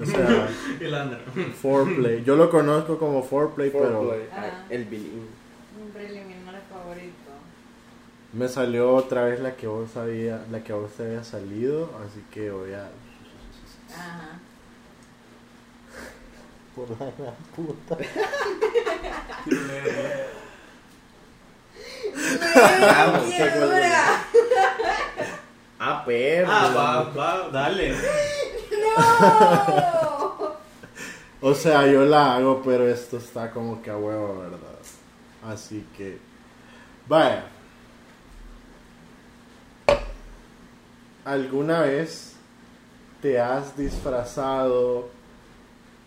S4: O sea,
S1: El Ander.
S4: foreplay. Yo lo conozco como foreplay, pero
S5: Foreplay.
S6: Ajá.
S5: ah, El bilín.
S6: Un preliminar favorito.
S4: me salió otra vez la que vos había, la que a vos te había salido, así que voy a
S6: Ajá.
S4: por la gran puta.
S1: Ah,
S5: Vamos,
S6: ¡Qué
S5: qué
S6: dura!
S5: Ah, perro.
S1: Ah, va, va, dale.
S6: ¡No!
S4: O sea, yo la hago, pero esto está como que a huevo, verdad. Así que, vaya. ¿Alguna vez te has disfrazado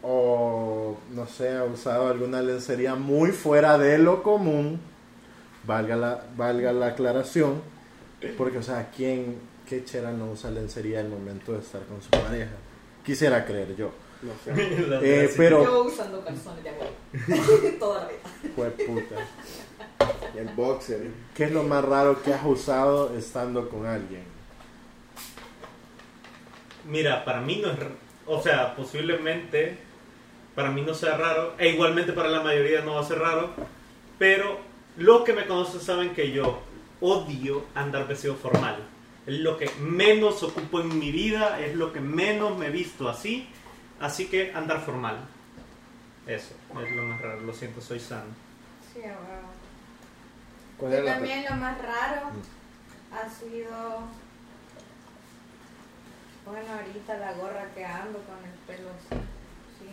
S4: o, no sé, usado alguna lencería muy fuera de lo común? Valga la, valga la aclaración. Porque, o sea, ¿quién, qué chera no usa lencería al momento de estar con su pareja? Quisiera creer yo.
S5: No sé.
S1: El Ander
S4: Eh,
S1: así.
S4: pero,
S6: Yo usando calzones de abuelo. Toda la vida.
S4: Fue puta.
S5: El boxer.
S4: ¿Qué es lo más raro que has usado estando con alguien?
S1: Mira, para mí no es. r- O sea, posiblemente. Para mí no sea raro. E igualmente para la mayoría no va a ser raro. Pero los que me conocen saben que yo odio andar vestido formal. Es lo que menos ocupo en mi vida. Es lo que menos me he visto así. Así que andar formal. Eso es lo más raro. Lo siento, soy sano.
S6: Sí, abuelo.
S5: ¿Cuál
S6: Yo
S5: era la
S6: también lo más raro ha sido, bueno, ahorita la gorra que ando con el pelo así, sí.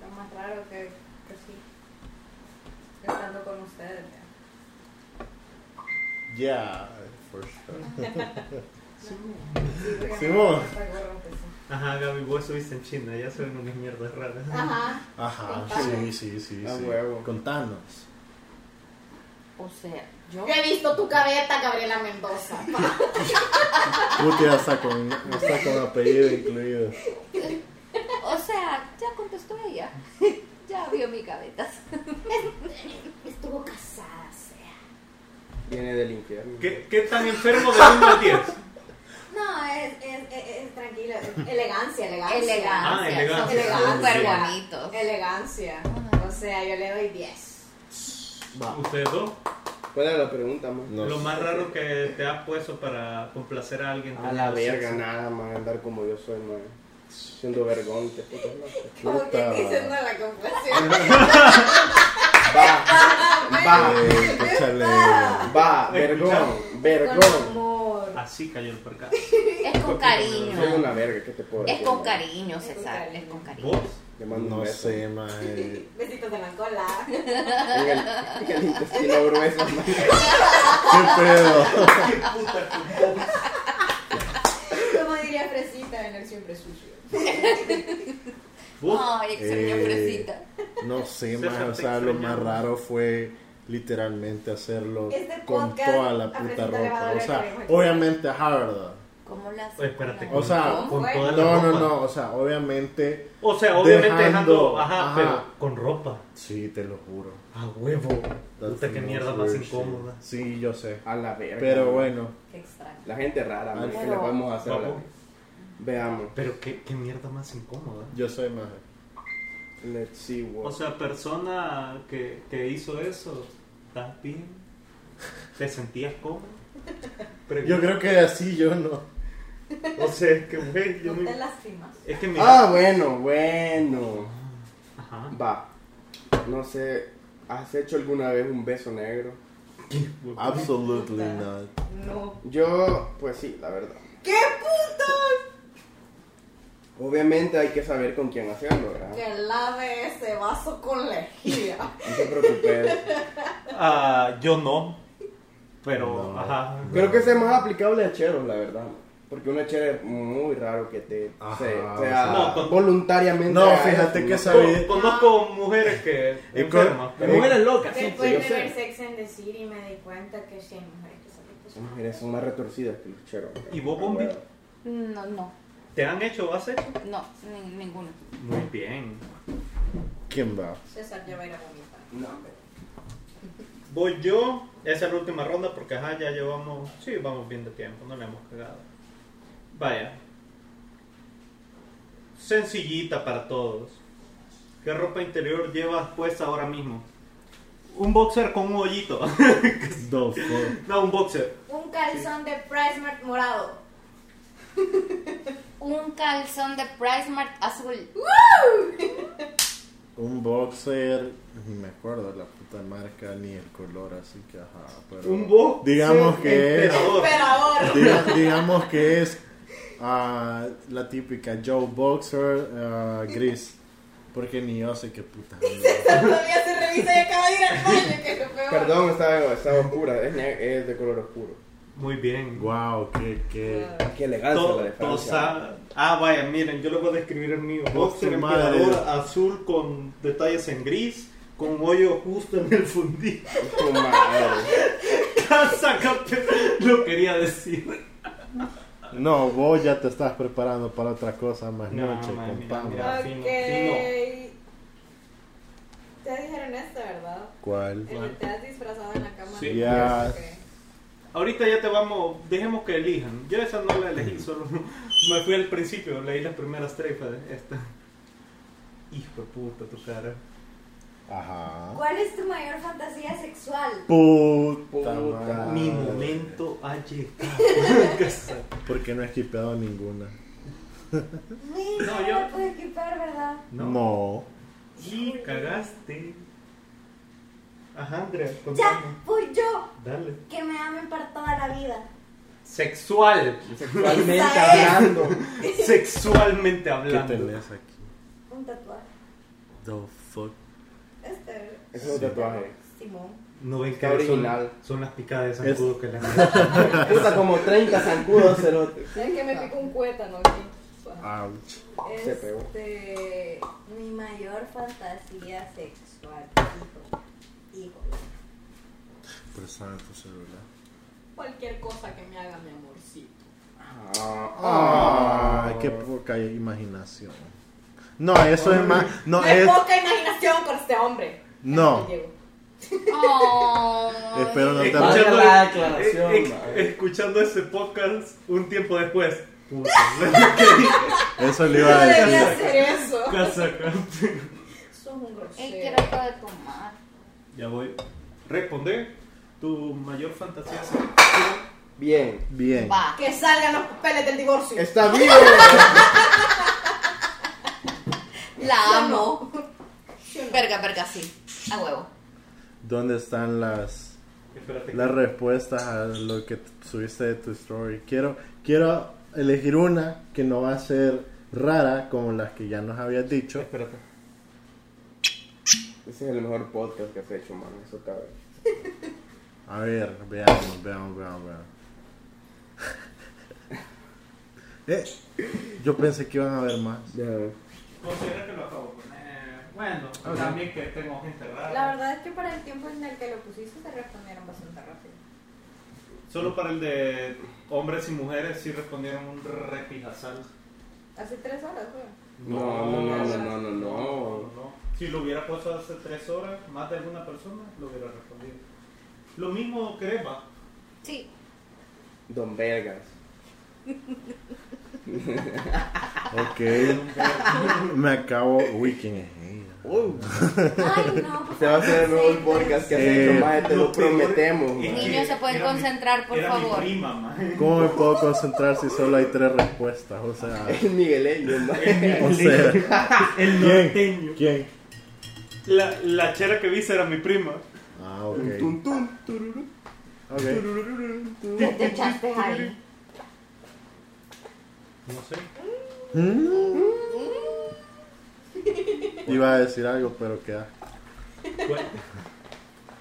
S6: Lo más raro que, que sí, que estando con ustedes. ya.
S4: Yeah, for sure.
S6: Sí, porque
S4: Sí,
S6: me
S4: vos.
S6: gusta esa gorra que sí.
S1: Ajá, Gaby, vos estuviste en China. Ya son unas mierdas raras.
S6: Ajá.
S4: Ajá, sí,
S6: Contanos.
S4: sí, sí.
S5: A
S4: sí.
S5: huevo.
S4: Contanos.
S3: O sea, yo.
S6: Yo he visto tu cabeta, Gabriela Mendoza. pa.
S4: Puti hasta con, hasta con apellido incluido.
S3: O sea, ya contestó ella. ya vio mi cabeza.
S6: Estuvo casada, o sea.
S5: Viene del infierno.
S1: ¿Qué, qué tan enfermo de 1 al 10?
S6: No, es, es, es, es tranquilo, es elegancia, elegancia.
S3: Elegancia.
S1: Ah, elegancia.
S6: Elegancia.
S3: Súper bonitos.
S6: Elegancia.
S3: Ajá.
S6: O sea, yo le doy 10.
S4: Va.
S1: ¿Ustedes dos?
S5: ¿Cuál era la pregunta, man?
S4: No
S1: lo
S4: sé.
S1: más raro que te has puesto para complacer a alguien.
S5: A la verga,
S1: Sí,
S5: nada más andar como yo soy, man. Siendo vergón, te putas locas.
S6: Como que
S4: Puta.
S6: diciendo la compasión.
S5: Va, va,
S4: Eh, échale. Ajá,
S5: va,
S1: ¿Me
S5: vergón,
S1: escuchas?
S6: Con
S5: vergón.
S6: amor.
S1: sí. Así cayó el percal.
S3: Es con
S5: Soy
S3: cariño.
S5: una verga, ¿qué te puedo
S3: Es
S5: decir?
S3: con
S5: man?
S3: cariño,
S6: Es con
S3: César.
S6: cariño.
S3: Es con cariño.
S1: ¿Vos?
S5: Le mando un
S4: No
S5: beso.
S4: sé, mae.
S6: Besitos de la cola.
S5: En el, en el intestino grueso.
S4: ¿Qué pedo?
S1: Qué puta tu voz.
S6: Como diría Fresita en el siempre sucio.
S1: Uf,
S3: Ay, extraño
S4: Eh,
S3: fresita.
S4: No sé,
S1: Se
S4: más, o
S1: te
S4: sea, lo
S1: extrañó.
S4: más raro fue literalmente hacerlo
S6: Este
S4: con
S6: podcast
S4: toda la
S6: a
S4: puta
S6: Fresita le va a
S4: ropa. O
S6: doler que
S4: sea,
S6: venga.
S4: obviamente, ajá, ¿verdad?
S3: ¿Cómo la
S1: Oye, Pues, espérate.
S4: O sea,
S1: con
S6: fue?
S1: toda la
S4: No, no,
S1: ropa.
S4: no, o sea, obviamente,
S1: O sea, obviamente
S4: Dejando,
S1: dejando, ajá,
S4: ajá.
S1: pero con ropa.
S4: sí, te lo juro.
S1: A huevo.
S4: That's
S1: Puta,
S4: the
S1: qué mierda
S4: most
S1: más
S4: weird shit.
S1: incómoda.
S4: Sí, yo sé.
S5: A la verga.
S4: Pero bueno,
S3: Qué extraño.
S5: La gente rara, man, ¿qué
S3: Pero-
S5: le podemos hacer? a la
S1: Vamos.
S5: vida? Veamos.
S1: Pero qué, qué mierda más incómoda.
S4: yo sé más.
S5: Let's see what.
S1: O sea, persona que, que hizo eso, ¿estás bien? ¿Te sentías cómodo?
S4: Yo creo que así yo no.
S1: O sea, es que, güey, yo
S6: No
S1: me-
S6: te lastimas.
S1: Es que mira.
S5: ah, bueno, bueno.
S1: Ajá.
S5: Va. No sé, ¿has hecho alguna vez un beso negro?
S4: Ah. Absolutely not.
S6: No.
S5: Yo, pues sí, la verdad.
S6: ¡Qué puto!
S5: Obviamente hay que saber con quién hacerlo, ¿verdad?
S6: Que lave ese vaso con lejía.
S5: No te preocupes.
S1: Ah, yo no. Pero,
S4: No.
S1: ajá.
S5: Creo que ese es más aplicable a cheros, la verdad. Porque una chera es muy raro que te
S4: Ajá,
S5: se- sea
S4: o
S1: sea- No, con-
S5: voluntariamente.
S4: No,
S5: haga
S4: fíjate
S5: eso,
S4: que
S5: ¿no?
S4: esa- Sabe-
S1: Conozco mujeres que
S4: Y con-
S1: enfermas.
S5: Pero mujeres locas, sí, sí,
S6: Después
S5: yo
S6: de ver
S5: sé.
S6: Sex and the City me di cuenta que sí hay mujeres que son
S5: Las mujeres son más retorcidas que los cheros.
S1: ¿Y vos, Bombi?
S3: No, no,
S1: ¿Te han hecho o has hecho?
S3: no, ni- ninguno.
S1: Muy bien.
S4: ¿Quién va?
S6: César ya va a ir a vomitar.
S5: No, hombre.
S1: Voy yo. Esa es la última ronda porque ajá, ya llevamos. Sí, vamos bien de tiempo, no le hemos cagado. Vaya. Sencillita para todos. ¿Qué ropa interior llevas puesta ahora mismo? Un boxer con un hoyito.
S4: No, fuck.
S1: no, un boxer.
S6: Un calzón de Price morado.
S3: Un calzón de Price Mart azul.
S4: Un boxer, ni me acuerdo la puta marca ni el color, así que ajá. Pero
S1: Un boxer.
S4: Digamos que es.
S1: emperador.
S6: Pero ahora.
S4: Diga- digamos que es ah, la típica Joe Boxer ah, gris. Porque ni yo sé qué puta. onda.
S6: Todavía se revisa y acaba de ir al baño, que es lo peor.
S5: Perdón, estaba, estaba oscura, es, ne- es de color oscuro.
S1: Muy bien.
S4: Wow, qué, qué.
S5: Qué elegancia
S1: To-
S5: la de Francia.
S1: tosa- Ah, vaya, miren, yo lo voy a describir el mío. Boxer
S4: tu madre.
S1: emperador azul con detalles en gris, con un hoyo justo en el fundillo.
S5: Tu madre.
S1: Casa campe- lo quería decir.
S4: No, vos ya te estás preparando para otra cosa más
S1: No,
S4: noche,
S1: mami,
S4: compadre.
S1: mira.
S6: Ok.
S1: Fino,
S6: Te dijeron esto, ¿verdad?
S4: ¿Cuál?
S6: El que te has disfrazado en la cama.
S1: Sí.
S4: Ya.
S6: Ok.
S1: Ahorita ya te vamos, dejemos que elijan. Yo esa no la elegí, solo me fui al principio, leí las primeras tres de esta. Hijo de puta, tu cara.
S4: Ajá.
S6: ¿Cuál es tu mayor fantasía sexual?
S4: Puta,
S5: Puta,
S4: madre.
S1: Mi momento ha llegado. Casa.
S4: Porque no he equipado ninguna.
S6: Mira,
S1: No, yo-
S6: no puedo equipar, ¿verdad?
S4: No.
S1: Y cagaste. Ajá, Andrea,
S6: Ya,
S1: contame.
S6: voy yo.
S1: Dale.
S6: Que me amen para toda la vida.
S1: Sexual.
S5: Sexualmente
S6: Esa
S5: hablando.
S1: Sexualmente
S4: ¿Qué
S1: hablando.
S4: tenés aquí?
S6: Un tatuaje.
S4: The fuck.
S6: Este.
S5: Es un tatuaje.
S6: Simón.
S1: No ven que
S5: Está
S1: son-
S5: original.
S1: Son, las picadas de
S4: Es-
S1: zancudo que le han
S5: Puta, como 30 zancudos cerote.
S6: ¿Sabes que me pico un cuétano aquí?
S4: Ouch.
S5: Se pegó.
S6: Este, Ah, mi mayor fantasía sexual, hijo, hijo.
S4: Persona tu celular.
S6: Cualquier cosa que me haga mi amorcito.
S5: Ah,
S4: Ah, qué poca imaginación. No, eso es más. No,
S6: No hay
S4: es.
S6: poca imaginación con este hombre.
S4: No.
S6: Ahí llego.
S3: Ay.
S4: Espero no te
S5: Vaya
S1: Escuchando-
S5: la aclaración,
S1: eh, eh,
S5: madre.
S1: escuchando ese podcast un tiempo después. Puta,
S4: Eso le
S6: No
S4: iba a
S6: debía
S4: decir.
S6: hacer eso.
S1: casa campe-
S6: Sos un
S3: Ey,
S6: grosero.
S3: quiero algo de tomar.
S1: Ya voy. Responde. Tu mayor fantasía sexual.
S5: Bien.
S4: Bien.
S3: Va.
S6: Que salgan los papeles del divorcio.
S5: Está vivo.
S3: La amo. Verga, verga, sí. A huevo.
S4: ¿Dónde están las,
S1: Espérate.
S4: las respuestas a lo que t- subiste de tu story? Quiero, quiero elegir una que no va a ser rara como las que ya nos habías dicho.
S1: Espérate.
S5: Ese es el mejor podcast que has hecho, man. Eso cabe.
S4: A ver, veamos, veamos, veamos, veamos. Eh, yo pensé que iban a haber más.
S5: Ya ves.
S1: Considera que lo acabo. Eh, bueno,
S4: Ok.
S1: también que tengo gente rara.
S6: La verdad es que para el tiempo en el que lo pusiste te respondieron bastante rápido.
S1: Solo para el de hombres y mujeres sí respondieron un repijazal.
S6: Hace tres horas, güey.
S5: No, no, no, no, no, no, no.
S1: Si lo hubiera puesto hace tres horas, más de alguna persona lo hubiera respondido. Lo mismo Crema.
S3: Sí.
S5: Don Vergas.
S4: Ok, me acabo. Uy, ¿quién es ella?
S5: Uh,
S3: Ay, no. por
S5: se va a hacer el
S3: favor,
S5: mejor
S3: sí,
S5: podcast que has
S4: Eh,
S5: hecho, más te
S1: lo
S5: lo
S1: peor
S5: prometemos.
S1: es
S5: man.
S1: que
S3: Niños, se pueden
S1: era mi-
S3: concentrar, por
S1: era
S3: favor.
S1: Mi prima, man.
S4: ¿Cómo me puedo concentrar si solo hay tres respuestas? O sea,
S5: Es migueleño, man.
S4: o sea,
S1: El
S4: ¿quién?
S1: norteño.
S4: ¿Quién?
S1: La, la chera que viste era mi prima.
S4: Ah,
S5: Tum,
S4: ok.
S5: tum, tururú,
S4: Ok.
S5: tururú, tururú.
S6: Te- Te echaste ahí.
S1: No sé.
S4: Mm. Iba a decir algo, pero queda.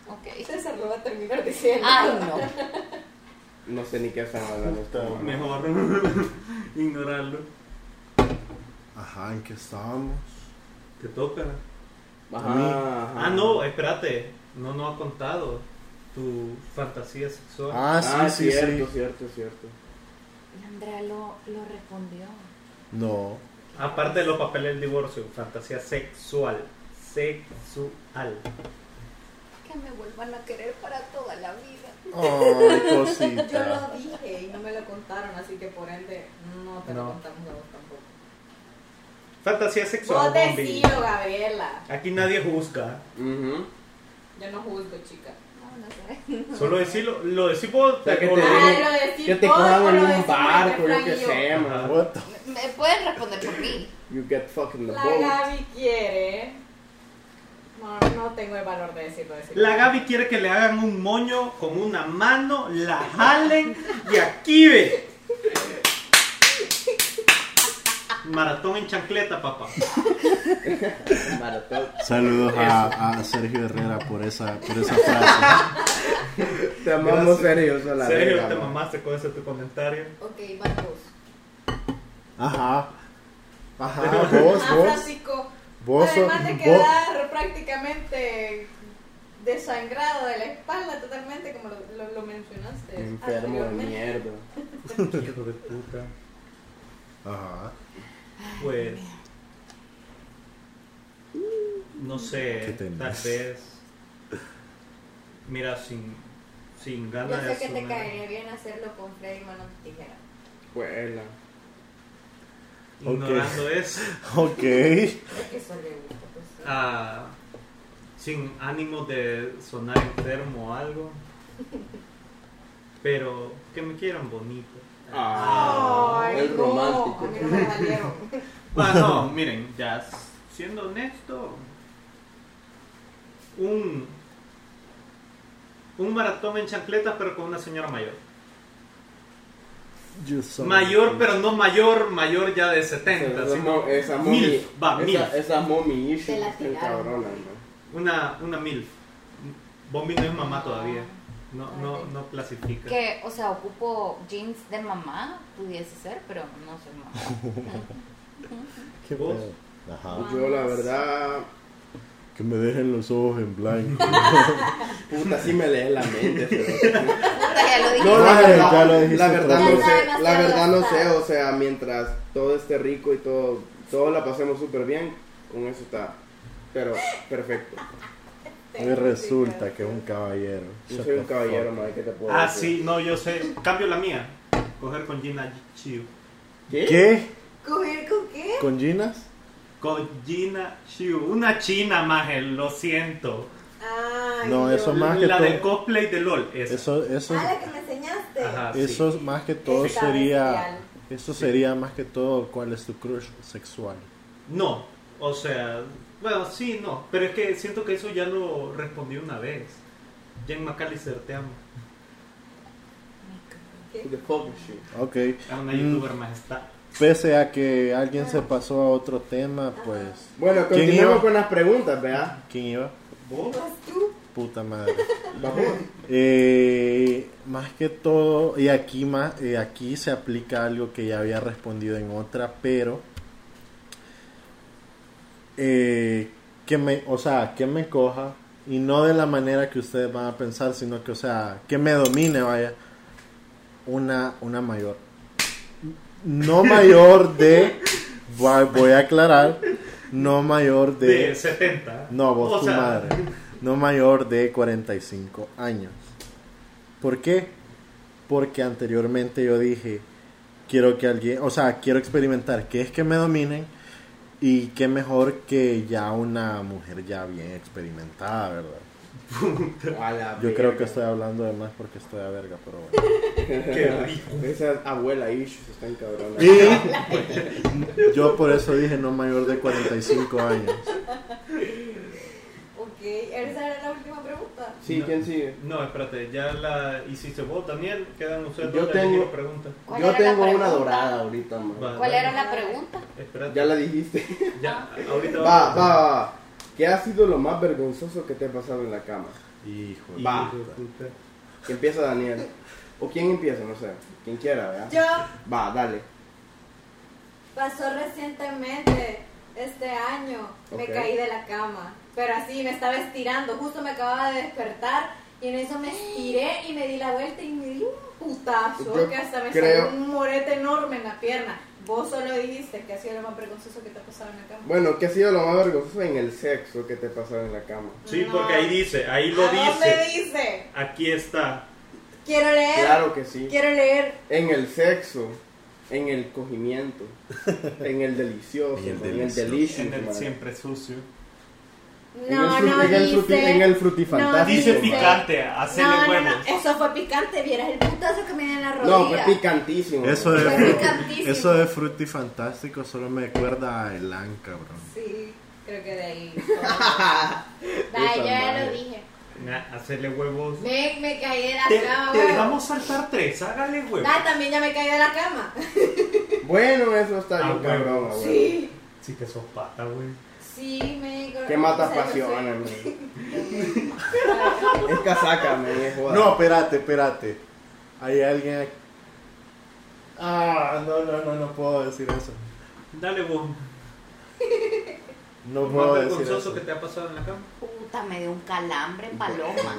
S3: Ok.
S6: César lo va a terminar diciendo.
S3: Ay, no.
S5: No sé ni qué están hablando este ustedes, man.
S1: Mejor ignorarlo.
S4: Ajá, ¿en qué estábamos?
S1: Te toca.
S5: Ajá, ajá.
S1: Ah, no, espérate. No nos ha contado tu fantasía sexual.
S4: Ah, sí,
S5: Ah,
S4: sí,
S5: cierto,
S4: sí.
S5: cierto, cierto.
S3: Y Andrea lo, lo respondió.
S4: No.
S1: Aparte de los papeles del divorcio, fantasía sexual. Sexual.
S3: Que me vuelvan a querer para toda la vida.
S4: Ay,
S6: Yo
S4: cosita.
S6: lo dije y no me lo contaron, así que por ende no te
S1: No.
S6: lo contamos a vos tampoco.
S1: Fantasía sexual.
S6: vos
S1: Bombi.
S6: decío, Gabriela.
S1: Aquí nadie juzga.
S5: Ujú.
S6: Yo no juzgo, chica.
S3: No, no sé.
S1: Solo decirlo. Lo decís vos.
S5: O sea, que
S1: o
S5: te
S1: lo-
S5: digo-
S6: Ah, lo decís
S5: Que te
S6: vos,
S5: cojan
S6: o
S5: en
S6: lo
S5: un
S6: decimos
S5: barco,
S6: entre
S5: yo qué
S6: Fran y
S5: sé,
S6: yo.
S5: man.
S4: What the-
S3: Me pueden responder por mí.
S5: You get fucking the
S6: La
S5: boat.
S6: Gaby quiere. No, no tengo el valor de decirlo. decirlo.
S1: La Gaby quiere que le hagan un moño con una mano, la jalen y aquí ve. Maratón en chancleta, papá.
S5: Maratón.
S4: Saludos a, a Sergio Herrera por esa, por esa frase.
S5: Te amamos,
S1: Gracias.
S5: serio, eso la
S1: Sergio,
S5: verga,
S1: te
S5: man.
S1: mamaste con ese tu comentario.
S3: Ok, van dos.
S4: Ajá. Ajá, vos,
S6: Ah,
S4: vos.
S6: Francisco.
S4: Vos sos-
S6: Además de
S4: vos-
S6: quedar prácticamente desangrado de la espalda totalmente, como lo, lo- lo mencionaste.
S5: Enfermo de
S6: anteriormente.
S5: mierda.
S1: Hijo de puta.
S4: Ajá.
S1: Pues. No
S4: ¿Qué
S1: sé,
S4: temas?
S1: tal vez. Mira, sin, sin
S3: Yo
S1: ganas de
S3: sé que te
S1: asumir-
S3: caería bien hacerlo con Freddy Mano de Tijera.
S5: Cuela.
S1: Ignorando eso.
S4: Ok.
S6: Es que eso le gusta. Pues, sí.
S1: ah, sin ánimo de sonar enfermo o algo. Pero que me quieran bonito.
S5: Ah,
S6: Ay,
S5: es
S6: no,
S5: romántico.
S6: A mí no me valieron.
S1: Bueno, Ah, miren, ya s- siendo honesto, un, un maratón en chancletas pero con una señora mayor.
S4: You son-
S1: Mayor, pero no mayor, mayor ya de 70,
S5: Esa
S1: sino
S5: mo- esa
S1: milf,
S5: mommy.
S1: va, milf.
S5: Esa, esa mommy issue.
S3: Te la
S5: están
S3: tiraron.
S5: cabronas, man.
S1: una, una MILF. Bombi no es mamá todavía. No, no, no clasifica.
S3: Que, o sea, ocupo jeans de mamá, pudiese ser, pero no soy mamá.
S4: ¿Qué
S1: Vos.
S4: pedo? Ajá.
S5: Yo la verdad,
S4: Que me dejen los ojos en blanco.
S5: puta, sí me lees la mente. pero-
S3: Puta, ya lo dije.
S5: No, la
S4: Ay, ya
S5: verdad,
S4: lo dijiste
S5: la verdad
S4: otra
S5: no
S4: vez.
S5: sé, la
S3: Ya
S5: verdad no sé,
S3: demasiado
S5: o sea, mientras todo esté rico y todo, todo la pasemos súper bien, con eso está, pero perfecto.
S4: Me resulta que es un caballero.
S5: Yo
S4: Shut
S5: soy un
S4: the
S5: caballero,
S4: fuck.
S5: madre, ¿qué te puedo
S1: Ah,
S5: decir?
S1: sí, no, yo sé. Cambio la mía. Coger con Gina Chiu.
S5: ¿Qué?
S4: ¿Qué?
S6: ¿Coger con qué?
S4: ¿Con Ginas?
S1: Con Gina Chiu. Una china, maje, lo siento.
S6: Ay,
S4: No, eso
S6: Dios.
S4: más- que
S1: la
S4: todo-
S1: de cosplay de LOL. esa.
S4: Eso, eso,
S6: Ah, la que me enseñaste.
S1: Ajá, Ah, sí.
S4: eso más que todo
S6: Está
S4: sería.
S6: bestial.
S4: Eso sería más que todo cuál es tu crush sexual.
S1: No, o sea, bueno, sí, no. Pero es que siento que eso ya lo respondí una vez. Jen McAllister, te amo.
S5: The fuck is she?
S4: Ok.
S1: A una
S4: Mm.
S5: Mm.
S1: youtuber majestad.
S4: Pese a que alguien se pasó a otro tema, pues.
S5: Bueno,
S4: ¿Quién
S5: continuemos
S4: iba?
S5: con las preguntas, ¿verdad?
S4: ¿Quién iba?
S1: ¿Vos?
S6: Pues tú.
S4: Puta madre.
S5: Vamos.
S4: Eh, más que todo, y aquí, más, eh, aquí se aplica algo que ya había respondido en otra, pero eh, que me, o sea, que me coja, y no de la manera que ustedes van a pensar, sino que, o sea, que me domine, vaya, una, una mayor. No mayor de, voy voy a aclarar, no mayor
S1: De, 70.
S4: no, vos
S1: O
S4: tu
S1: sea,
S4: madre. No mayor de 45 años. ¿Por qué? Porque anteriormente yo dije, quiero que alguien, o sea, quiero experimentar qué es que me dominen y qué mejor que ya una mujer ya bien experimentada, ¿verdad?
S5: A
S1: Ah,
S5: la
S4: Yo creo que
S5: verga.
S4: estoy hablando de más porque estoy a verga, pero bueno.
S1: Qué rico.
S5: Esa abuela issues están cabronas.
S4: Y yo por eso dije no mayor de 45 años.
S6: Ok, esa era la última pregunta.
S5: Sí, ¿quién sigue?
S1: No, espérate, ya la hiciste vos, Daniel. Quedan ustedes
S5: Yo
S1: dos.
S5: tengo-
S1: tengo... pregunta.
S3: ¿Cuál
S5: Yo
S3: era la
S5: tengo una
S3: pregunta?
S5: dorada ahorita, man.
S1: Va,
S3: ¿Cuál
S1: dale.
S3: era la pregunta?
S1: Espérate.
S5: Ya la dijiste.
S1: Ya, ahorita
S5: Va, va, va. ¿Qué ha sido lo más vergonzoso que te ha pasado en la cama?
S4: Hijo.
S1: Hijo
S4: de-
S5: Va.
S1: de puta.
S5: Que empieza Daniel. ¿O quién empieza? No sé. Quien quiera, ¿verdad?
S6: Yo
S5: Va, dale.
S6: pasó recientemente, este año,
S5: Ok.
S6: me caí de la cama. Pero así, me estaba estirando. Justo me acababa de despertar y en eso me estiré y me di la vuelta y me di un putazo
S5: Yo
S6: que hasta me
S5: creo-
S6: salió un morete enorme en la pierna. Vos solo dijiste que ha sido lo más vergonzoso que te ha pasado en la cama.
S5: Bueno, ¿qué ha sido lo más vergonzoso en el sexo que te ha pasado en la cama?
S1: Sí,
S6: No.
S1: porque ahí dice, ahí lo
S6: ¿A dónde
S1: dice.
S6: dice?
S1: Aquí está.
S6: Quiero leer.
S5: Claro que sí.
S6: Quiero leer.
S5: En el sexo, en el cogimiento, en el delicioso, en el, delicious,
S1: En el
S5: man.
S1: siempre sucio.
S5: En el
S6: No,
S5: fru-
S6: no
S5: en el fruti-
S6: dice.
S5: en el frutifantástico.
S1: Dice
S5: man.
S1: picante, hacerle
S6: no, no,
S1: huevos.
S6: no, eso fue picante, vieras el putazo que me dio en la rodilla.
S5: No, fue picantísimo.
S4: Eso
S5: man.
S4: de,
S6: Fue
S4: fruti,
S6: picantísimo.
S4: eso de Fruity Fantástico solo me recuerda a Elan, cabrón.
S6: Sí, creo que de ahí.
S3: Vaya, yo ya
S5: madre.
S3: lo dije.
S1: Nah, hacerle huevos.
S6: me, me caí de la
S1: Te,
S6: cama.
S1: te
S6: güey.
S1: dejamos saltar tres, hágale huevos.
S6: Ah, también ya me caí de la
S4: Ah,
S6: cama.
S5: Bueno, eso está
S1: Ah,
S5: bien
S1: bueno.
S5: cabrón, abuelo.
S6: Sí,
S1: Sí que sos pata, güey.
S6: sí, me.
S5: Que mata
S6: o sea, yo
S5: pasiones, man. Es casaca, man, es joda.
S4: No, espérate, espérate. Hay alguien aquí. Ah, no, no, no, no puedo decir eso.
S1: Dale vos.
S4: No
S1: Lo
S4: puedo
S1: más
S4: decir
S1: vergonzoso
S4: eso.
S1: que te ha pasado en la cama.
S3: Puta, me dio un calambre en paloma.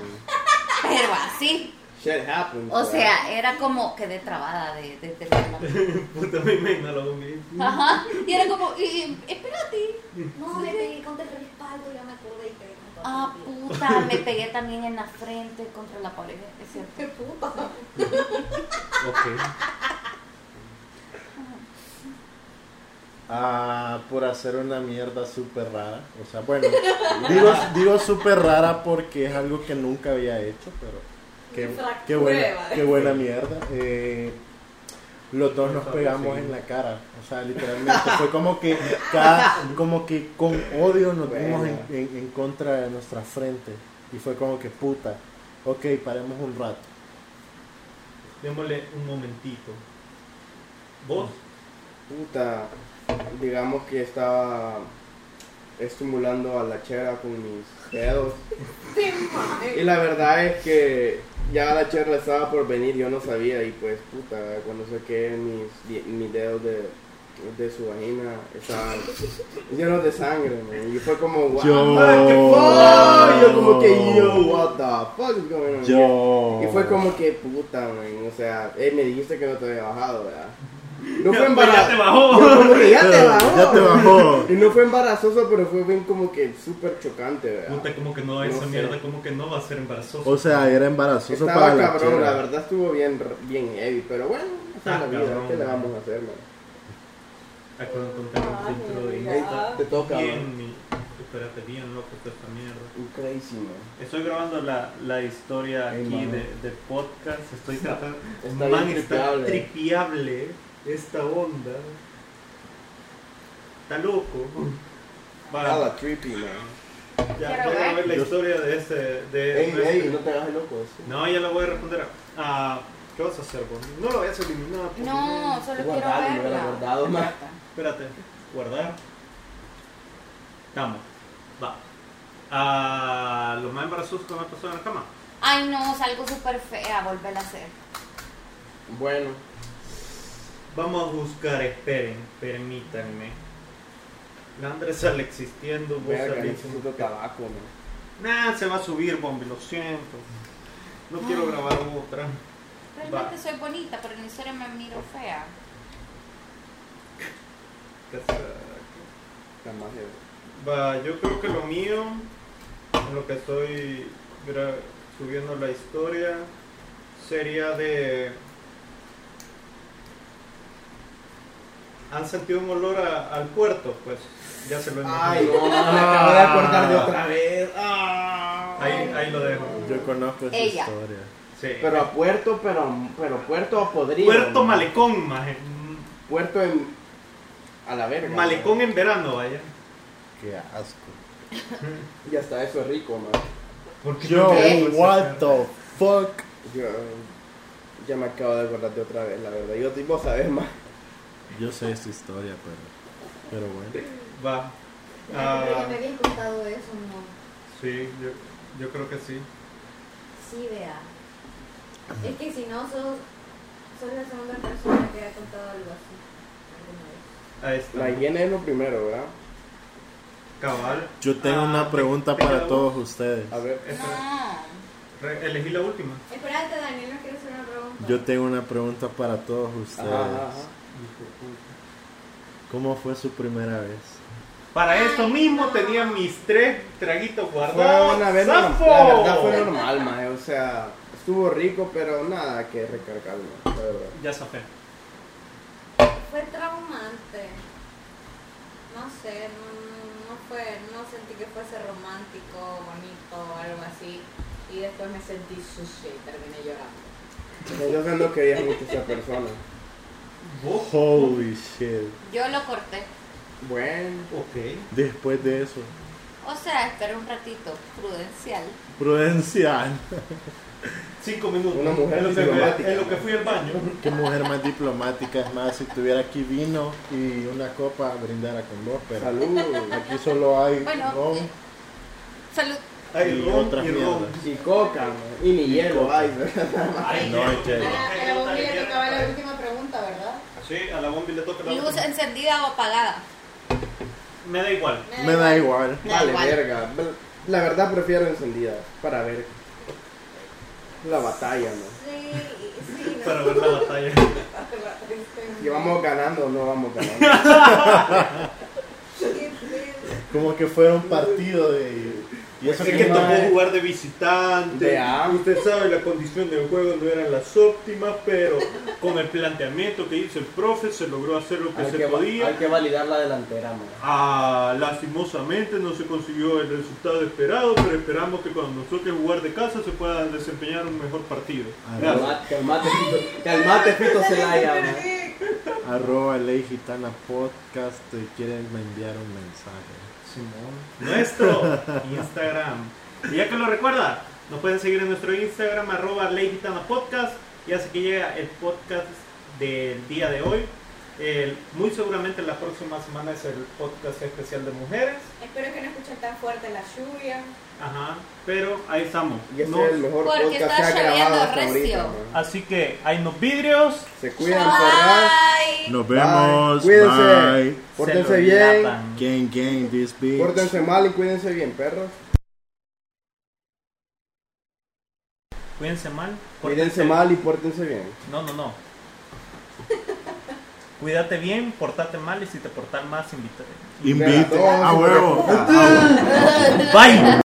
S3: Pero así.
S5: Shit happens.
S3: O
S5: man.
S3: sea, era como quedé trabada de, de, de calambre.
S1: Puta, me imagino lo hombre.
S3: Ajá. Y era como, y- y- espérate.
S6: No, me pegué contra el respaldo, ya me acordé y pegué contra
S3: Ah, puta, me pegué también en la frente contra la pared. Es cierto.
S6: Qué puta.
S1: Ok.
S4: Ah, por hacer una mierda súper rara. O sea, bueno, digo, digo súper rara porque es algo que nunca había hecho, pero qué,
S6: Infractura,
S4: qué buena,
S6: ¿vale?
S4: qué buena mierda. Eh, los dos nos
S1: Por favor,
S4: pegamos en
S1: seguimos.
S4: la cara, o sea, literalmente. Fue como que, cada, como que con odio nos
S5: Bueno.
S4: dimos en, en- en contra de nuestra frente. Y fue como que puta, ok, paremos un rato.
S1: Démosle un momentito. ¿Vos?
S5: Puta, digamos que estaba estimulando a la chera con mis dedos. Y la verdad es que ya la chera estaba por venir, yo no sabía y pues puta, cuando saqué mis, die- mis dedos de, de su vagina estaban llenos de sangre, man. Y fue como, wow,
S4: Yo-
S5: man, Ah, ¿qué fuck? Y Yo como que, yo, what the fuck is going on here?
S4: Yo.
S5: Y fue como que puta, man. O sea, eh, me dijiste que no te había bajado, ¿verdad? No fue
S1: Pues ya te
S5: embarazo.
S1: bajó.
S5: Como que ya te bajó.
S4: Ya te bajó.
S5: Y no fue embarazoso, pero fue bien como que súper chocante, ¿verdad?
S1: Puta, como que no,
S5: No
S1: esa
S5: sé.
S1: mierda, como que no va a ser embarazoso.
S4: O sea, era embarazoso para
S5: Estaba
S4: la
S5: cabrón,
S4: chera.
S5: la verdad estuvo bien, bien heavy, pero bueno, esa es
S1: Ah,
S5: la vida,
S1: cabrón.
S5: ¿qué le vamos a hacer, man?
S1: Ah, cuando contamos
S6: Ay,
S1: dentro de
S6: mira.
S1: Insta.
S5: Te toca,
S1: Bien, mi- espérate, bien loco está esta mierda.
S5: Un crazy, man.
S1: Estoy grabando la, la historia
S5: Ey,
S1: aquí
S5: mano.
S1: de, de podcast. Estoy tratando.
S5: está
S1: man,
S5: bien
S1: está
S5: tripeable.
S1: tripiable esta onda. Está loco.
S5: Ah,
S1: Va,
S5: la trippy, man.
S1: ya
S3: Quiero
S1: voy a
S3: ver.
S1: ver la
S4: Yo-
S1: historia de este. De
S5: Ey,
S1: de-
S5: ey, no te hagas loco. sí.
S1: No, ya la voy a responder. Ah, ¿Qué vas a hacer, Bonnie? No lo vayas a eliminar. por
S3: No,
S1: favor.
S3: solo quiero
S5: Guardado, lo hubiera
S3: verla.
S5: guardado más.
S1: Espérate. Guardar. Vamos. Va. Ah, lo más embarazoso que me ha pasado en la cama.
S3: Ay, no, salgo súper fea, volver a hacer.
S5: Bueno,
S1: Vamos a buscar, esperen, permítanme. Landres sale existiendo, vos
S5: verga,
S1: salís.
S5: necesito tabaco, man.
S1: Nah, se va a subir, Bombi, lo siento. No quiero grabar otra.
S3: Realmente soy bonita, pero en serio me miro fea.
S5: La magia.
S1: Va, yo creo que lo mío, en lo que estoy gra- subiendo la historia, sería de... ¿Han sentido un olor a- al puerto? Pues ya se lo he
S5: Ay, no, me acabo de acordar de otra vez. Ah.
S1: ahí, ahí lo dejo.
S4: Yo conozco esa
S3: Ella.
S4: historia.
S1: Sí.
S5: Pero a puerto, pero, pero puerto podrido.
S1: Puerto
S5: man.
S1: Malecón, maje.
S5: Puerto en. A la verga.
S1: Malecón en verano, vaya.
S4: Qué asco.
S5: man. Y hasta eso es rico, man.
S1: Porque
S4: Yo, what the fuck.
S5: Yo. eh, Ya me acabo de acordar de otra vez, la verdad. Yo, tipo, sabes más.
S4: Yo sé esta historia, pero. Pero bueno.
S1: Va.
S6: Pero ya
S1: Ah,
S6: me habían contado eso, no.
S1: sí, yo, yo creo que sí.
S6: Sí, vea. Es que si no, sos, sos la segunda persona que ha contado algo así. alguna vez.
S1: Ahí está.
S5: La higiene es lo primero, ¿verdad?
S1: Cabal.
S4: Yo tengo
S1: Ah,
S4: una pregunta
S1: te- te
S4: para
S1: queda
S4: todos ustedes.
S5: A ver.
S1: Esa.
S3: No.
S1: Re- elegí la última.
S6: Espérate, Daniel, no quiero hacer una pregunta.
S4: Yo tengo una pregunta para todos ustedes.
S5: Ajá, ajá, ajá.
S4: ¿Cómo fue su primera vez?
S1: Para
S3: Ay,
S1: eso mismo
S3: no.
S1: tenía mis tres traguitos guardados.
S5: Fue una vez normal,
S1: ¡Sapo!
S5: la verdad fue normal, man. O sea, estuvo rico, pero nada que recargarlo, la verdad.
S1: Ya zafé.
S6: Fue traumante. No sé, no, no- no fue, no sentí que fuese romántico, bonito o algo así. Y después me sentí sucia y terminé llorando.
S5: Entonces no quería mucho a esa persona.
S1: Vos.
S4: Holy shit.
S3: Yo lo corté.
S5: Bueno,
S1: Ok.
S4: Después de eso,
S3: O sea, esperé un ratito, prudencial.
S4: prudencial.
S1: Cinco minutos.
S5: Una mujer
S1: en lo, que,
S5: diplomática.
S1: en lo que fui al baño.
S4: Qué mujer más diplomática. Es más, si tuviera aquí vino y una copa, brindara con vos, pero
S5: salud.
S4: aquí solo hay
S3: Bueno,
S4: ron.
S3: eh, Salud.
S1: Ay,
S4: Y
S1: ron
S4: otras
S1: y ron.
S4: mierdas.
S5: Y coca, man. Y ni hielo,
S4: coca.
S5: ay, ¿verdad?
S1: Ay,
S4: No,
S1: hielo.
S4: en serio.
S1: Ay,
S6: Pero vos
S1: dale
S6: le
S1: mierda.
S6: tocaba la última pregunta, ¿verdad?
S1: Sí, a la bomba le toca la
S3: Luz
S1: última.
S3: encendida o apagada.
S1: Me da igual.
S4: Me
S3: eh,
S4: da igual.
S3: Me da
S5: Vale,
S3: igual.
S5: verga. La verdad prefiero encendida, para ver la batalla, man.
S6: Sí, sí,
S1: Para ver la batalla.
S6: no.
S5: Si vamos ganando o no vamos ganando.
S4: Como que fuera un partido de. Y eso
S1: Es
S4: que
S1: que
S4: no
S1: tocó
S4: es-
S1: jugar de visitante.
S5: De A.
S1: Usted sabe, la condición del juego no eran las óptimas, pero con el planteamiento que hizo el profe se logró hacer lo que
S5: Hay
S1: se
S5: que, va-
S1: podía.
S5: hay que validar la delantera, man.
S1: Ah, lastimosamente no se consiguió el resultado esperado, pero esperamos que cuando nos toque jugar de casa se pueda desempeñar un mejor partido.
S4: Ah,
S1: Gracias.
S5: Calmate, calmate, Fito. Calmate, Fito Celaya, man.
S4: Arroba ley gitana podcast. Te quieren enviar un mensaje.
S1: Nuestro Instagram. Y ya que lo recuerda, nos pueden seguir en nuestro Instagram, arroba Ley Gitana Podcast. Y así que llega el podcast del día de hoy. El- muy seguramente la próxima semana es el podcast especial de mujeres.
S6: Espero que no escuchen tan fuerte la lluvia.
S1: Ajá, pero ahí estamos.
S5: Y este
S1: No-
S5: es el mejor
S3: Porque
S5: podcast que
S3: está
S5: ha grabado
S3: lloviendo
S5: hasta
S3: recio.
S5: ahorita, man.
S1: Así que hay unos vidrios.
S5: Se cuidan, porras.
S3: Bye.
S4: Nos
S5: Bye.
S4: vemos.
S5: Cuídense.
S4: Bye.
S5: Pórtense
S1: Se lo
S5: bien.
S1: lapan.
S4: Gang, gang, this bitch.
S5: Pórtense mal y cuídense bien, perros.
S1: Cuídense mal.
S5: Cuídense
S1: pórtate-
S5: mal y pórtense bien.
S1: No, no, no. Cuídate bien, portate mal y si te portas más, invítate.
S4: Invite.
S5: Verga, todos
S4: A
S5: hijos de
S4: huevo.
S5: puta.
S4: A huevo.
S1: Bye.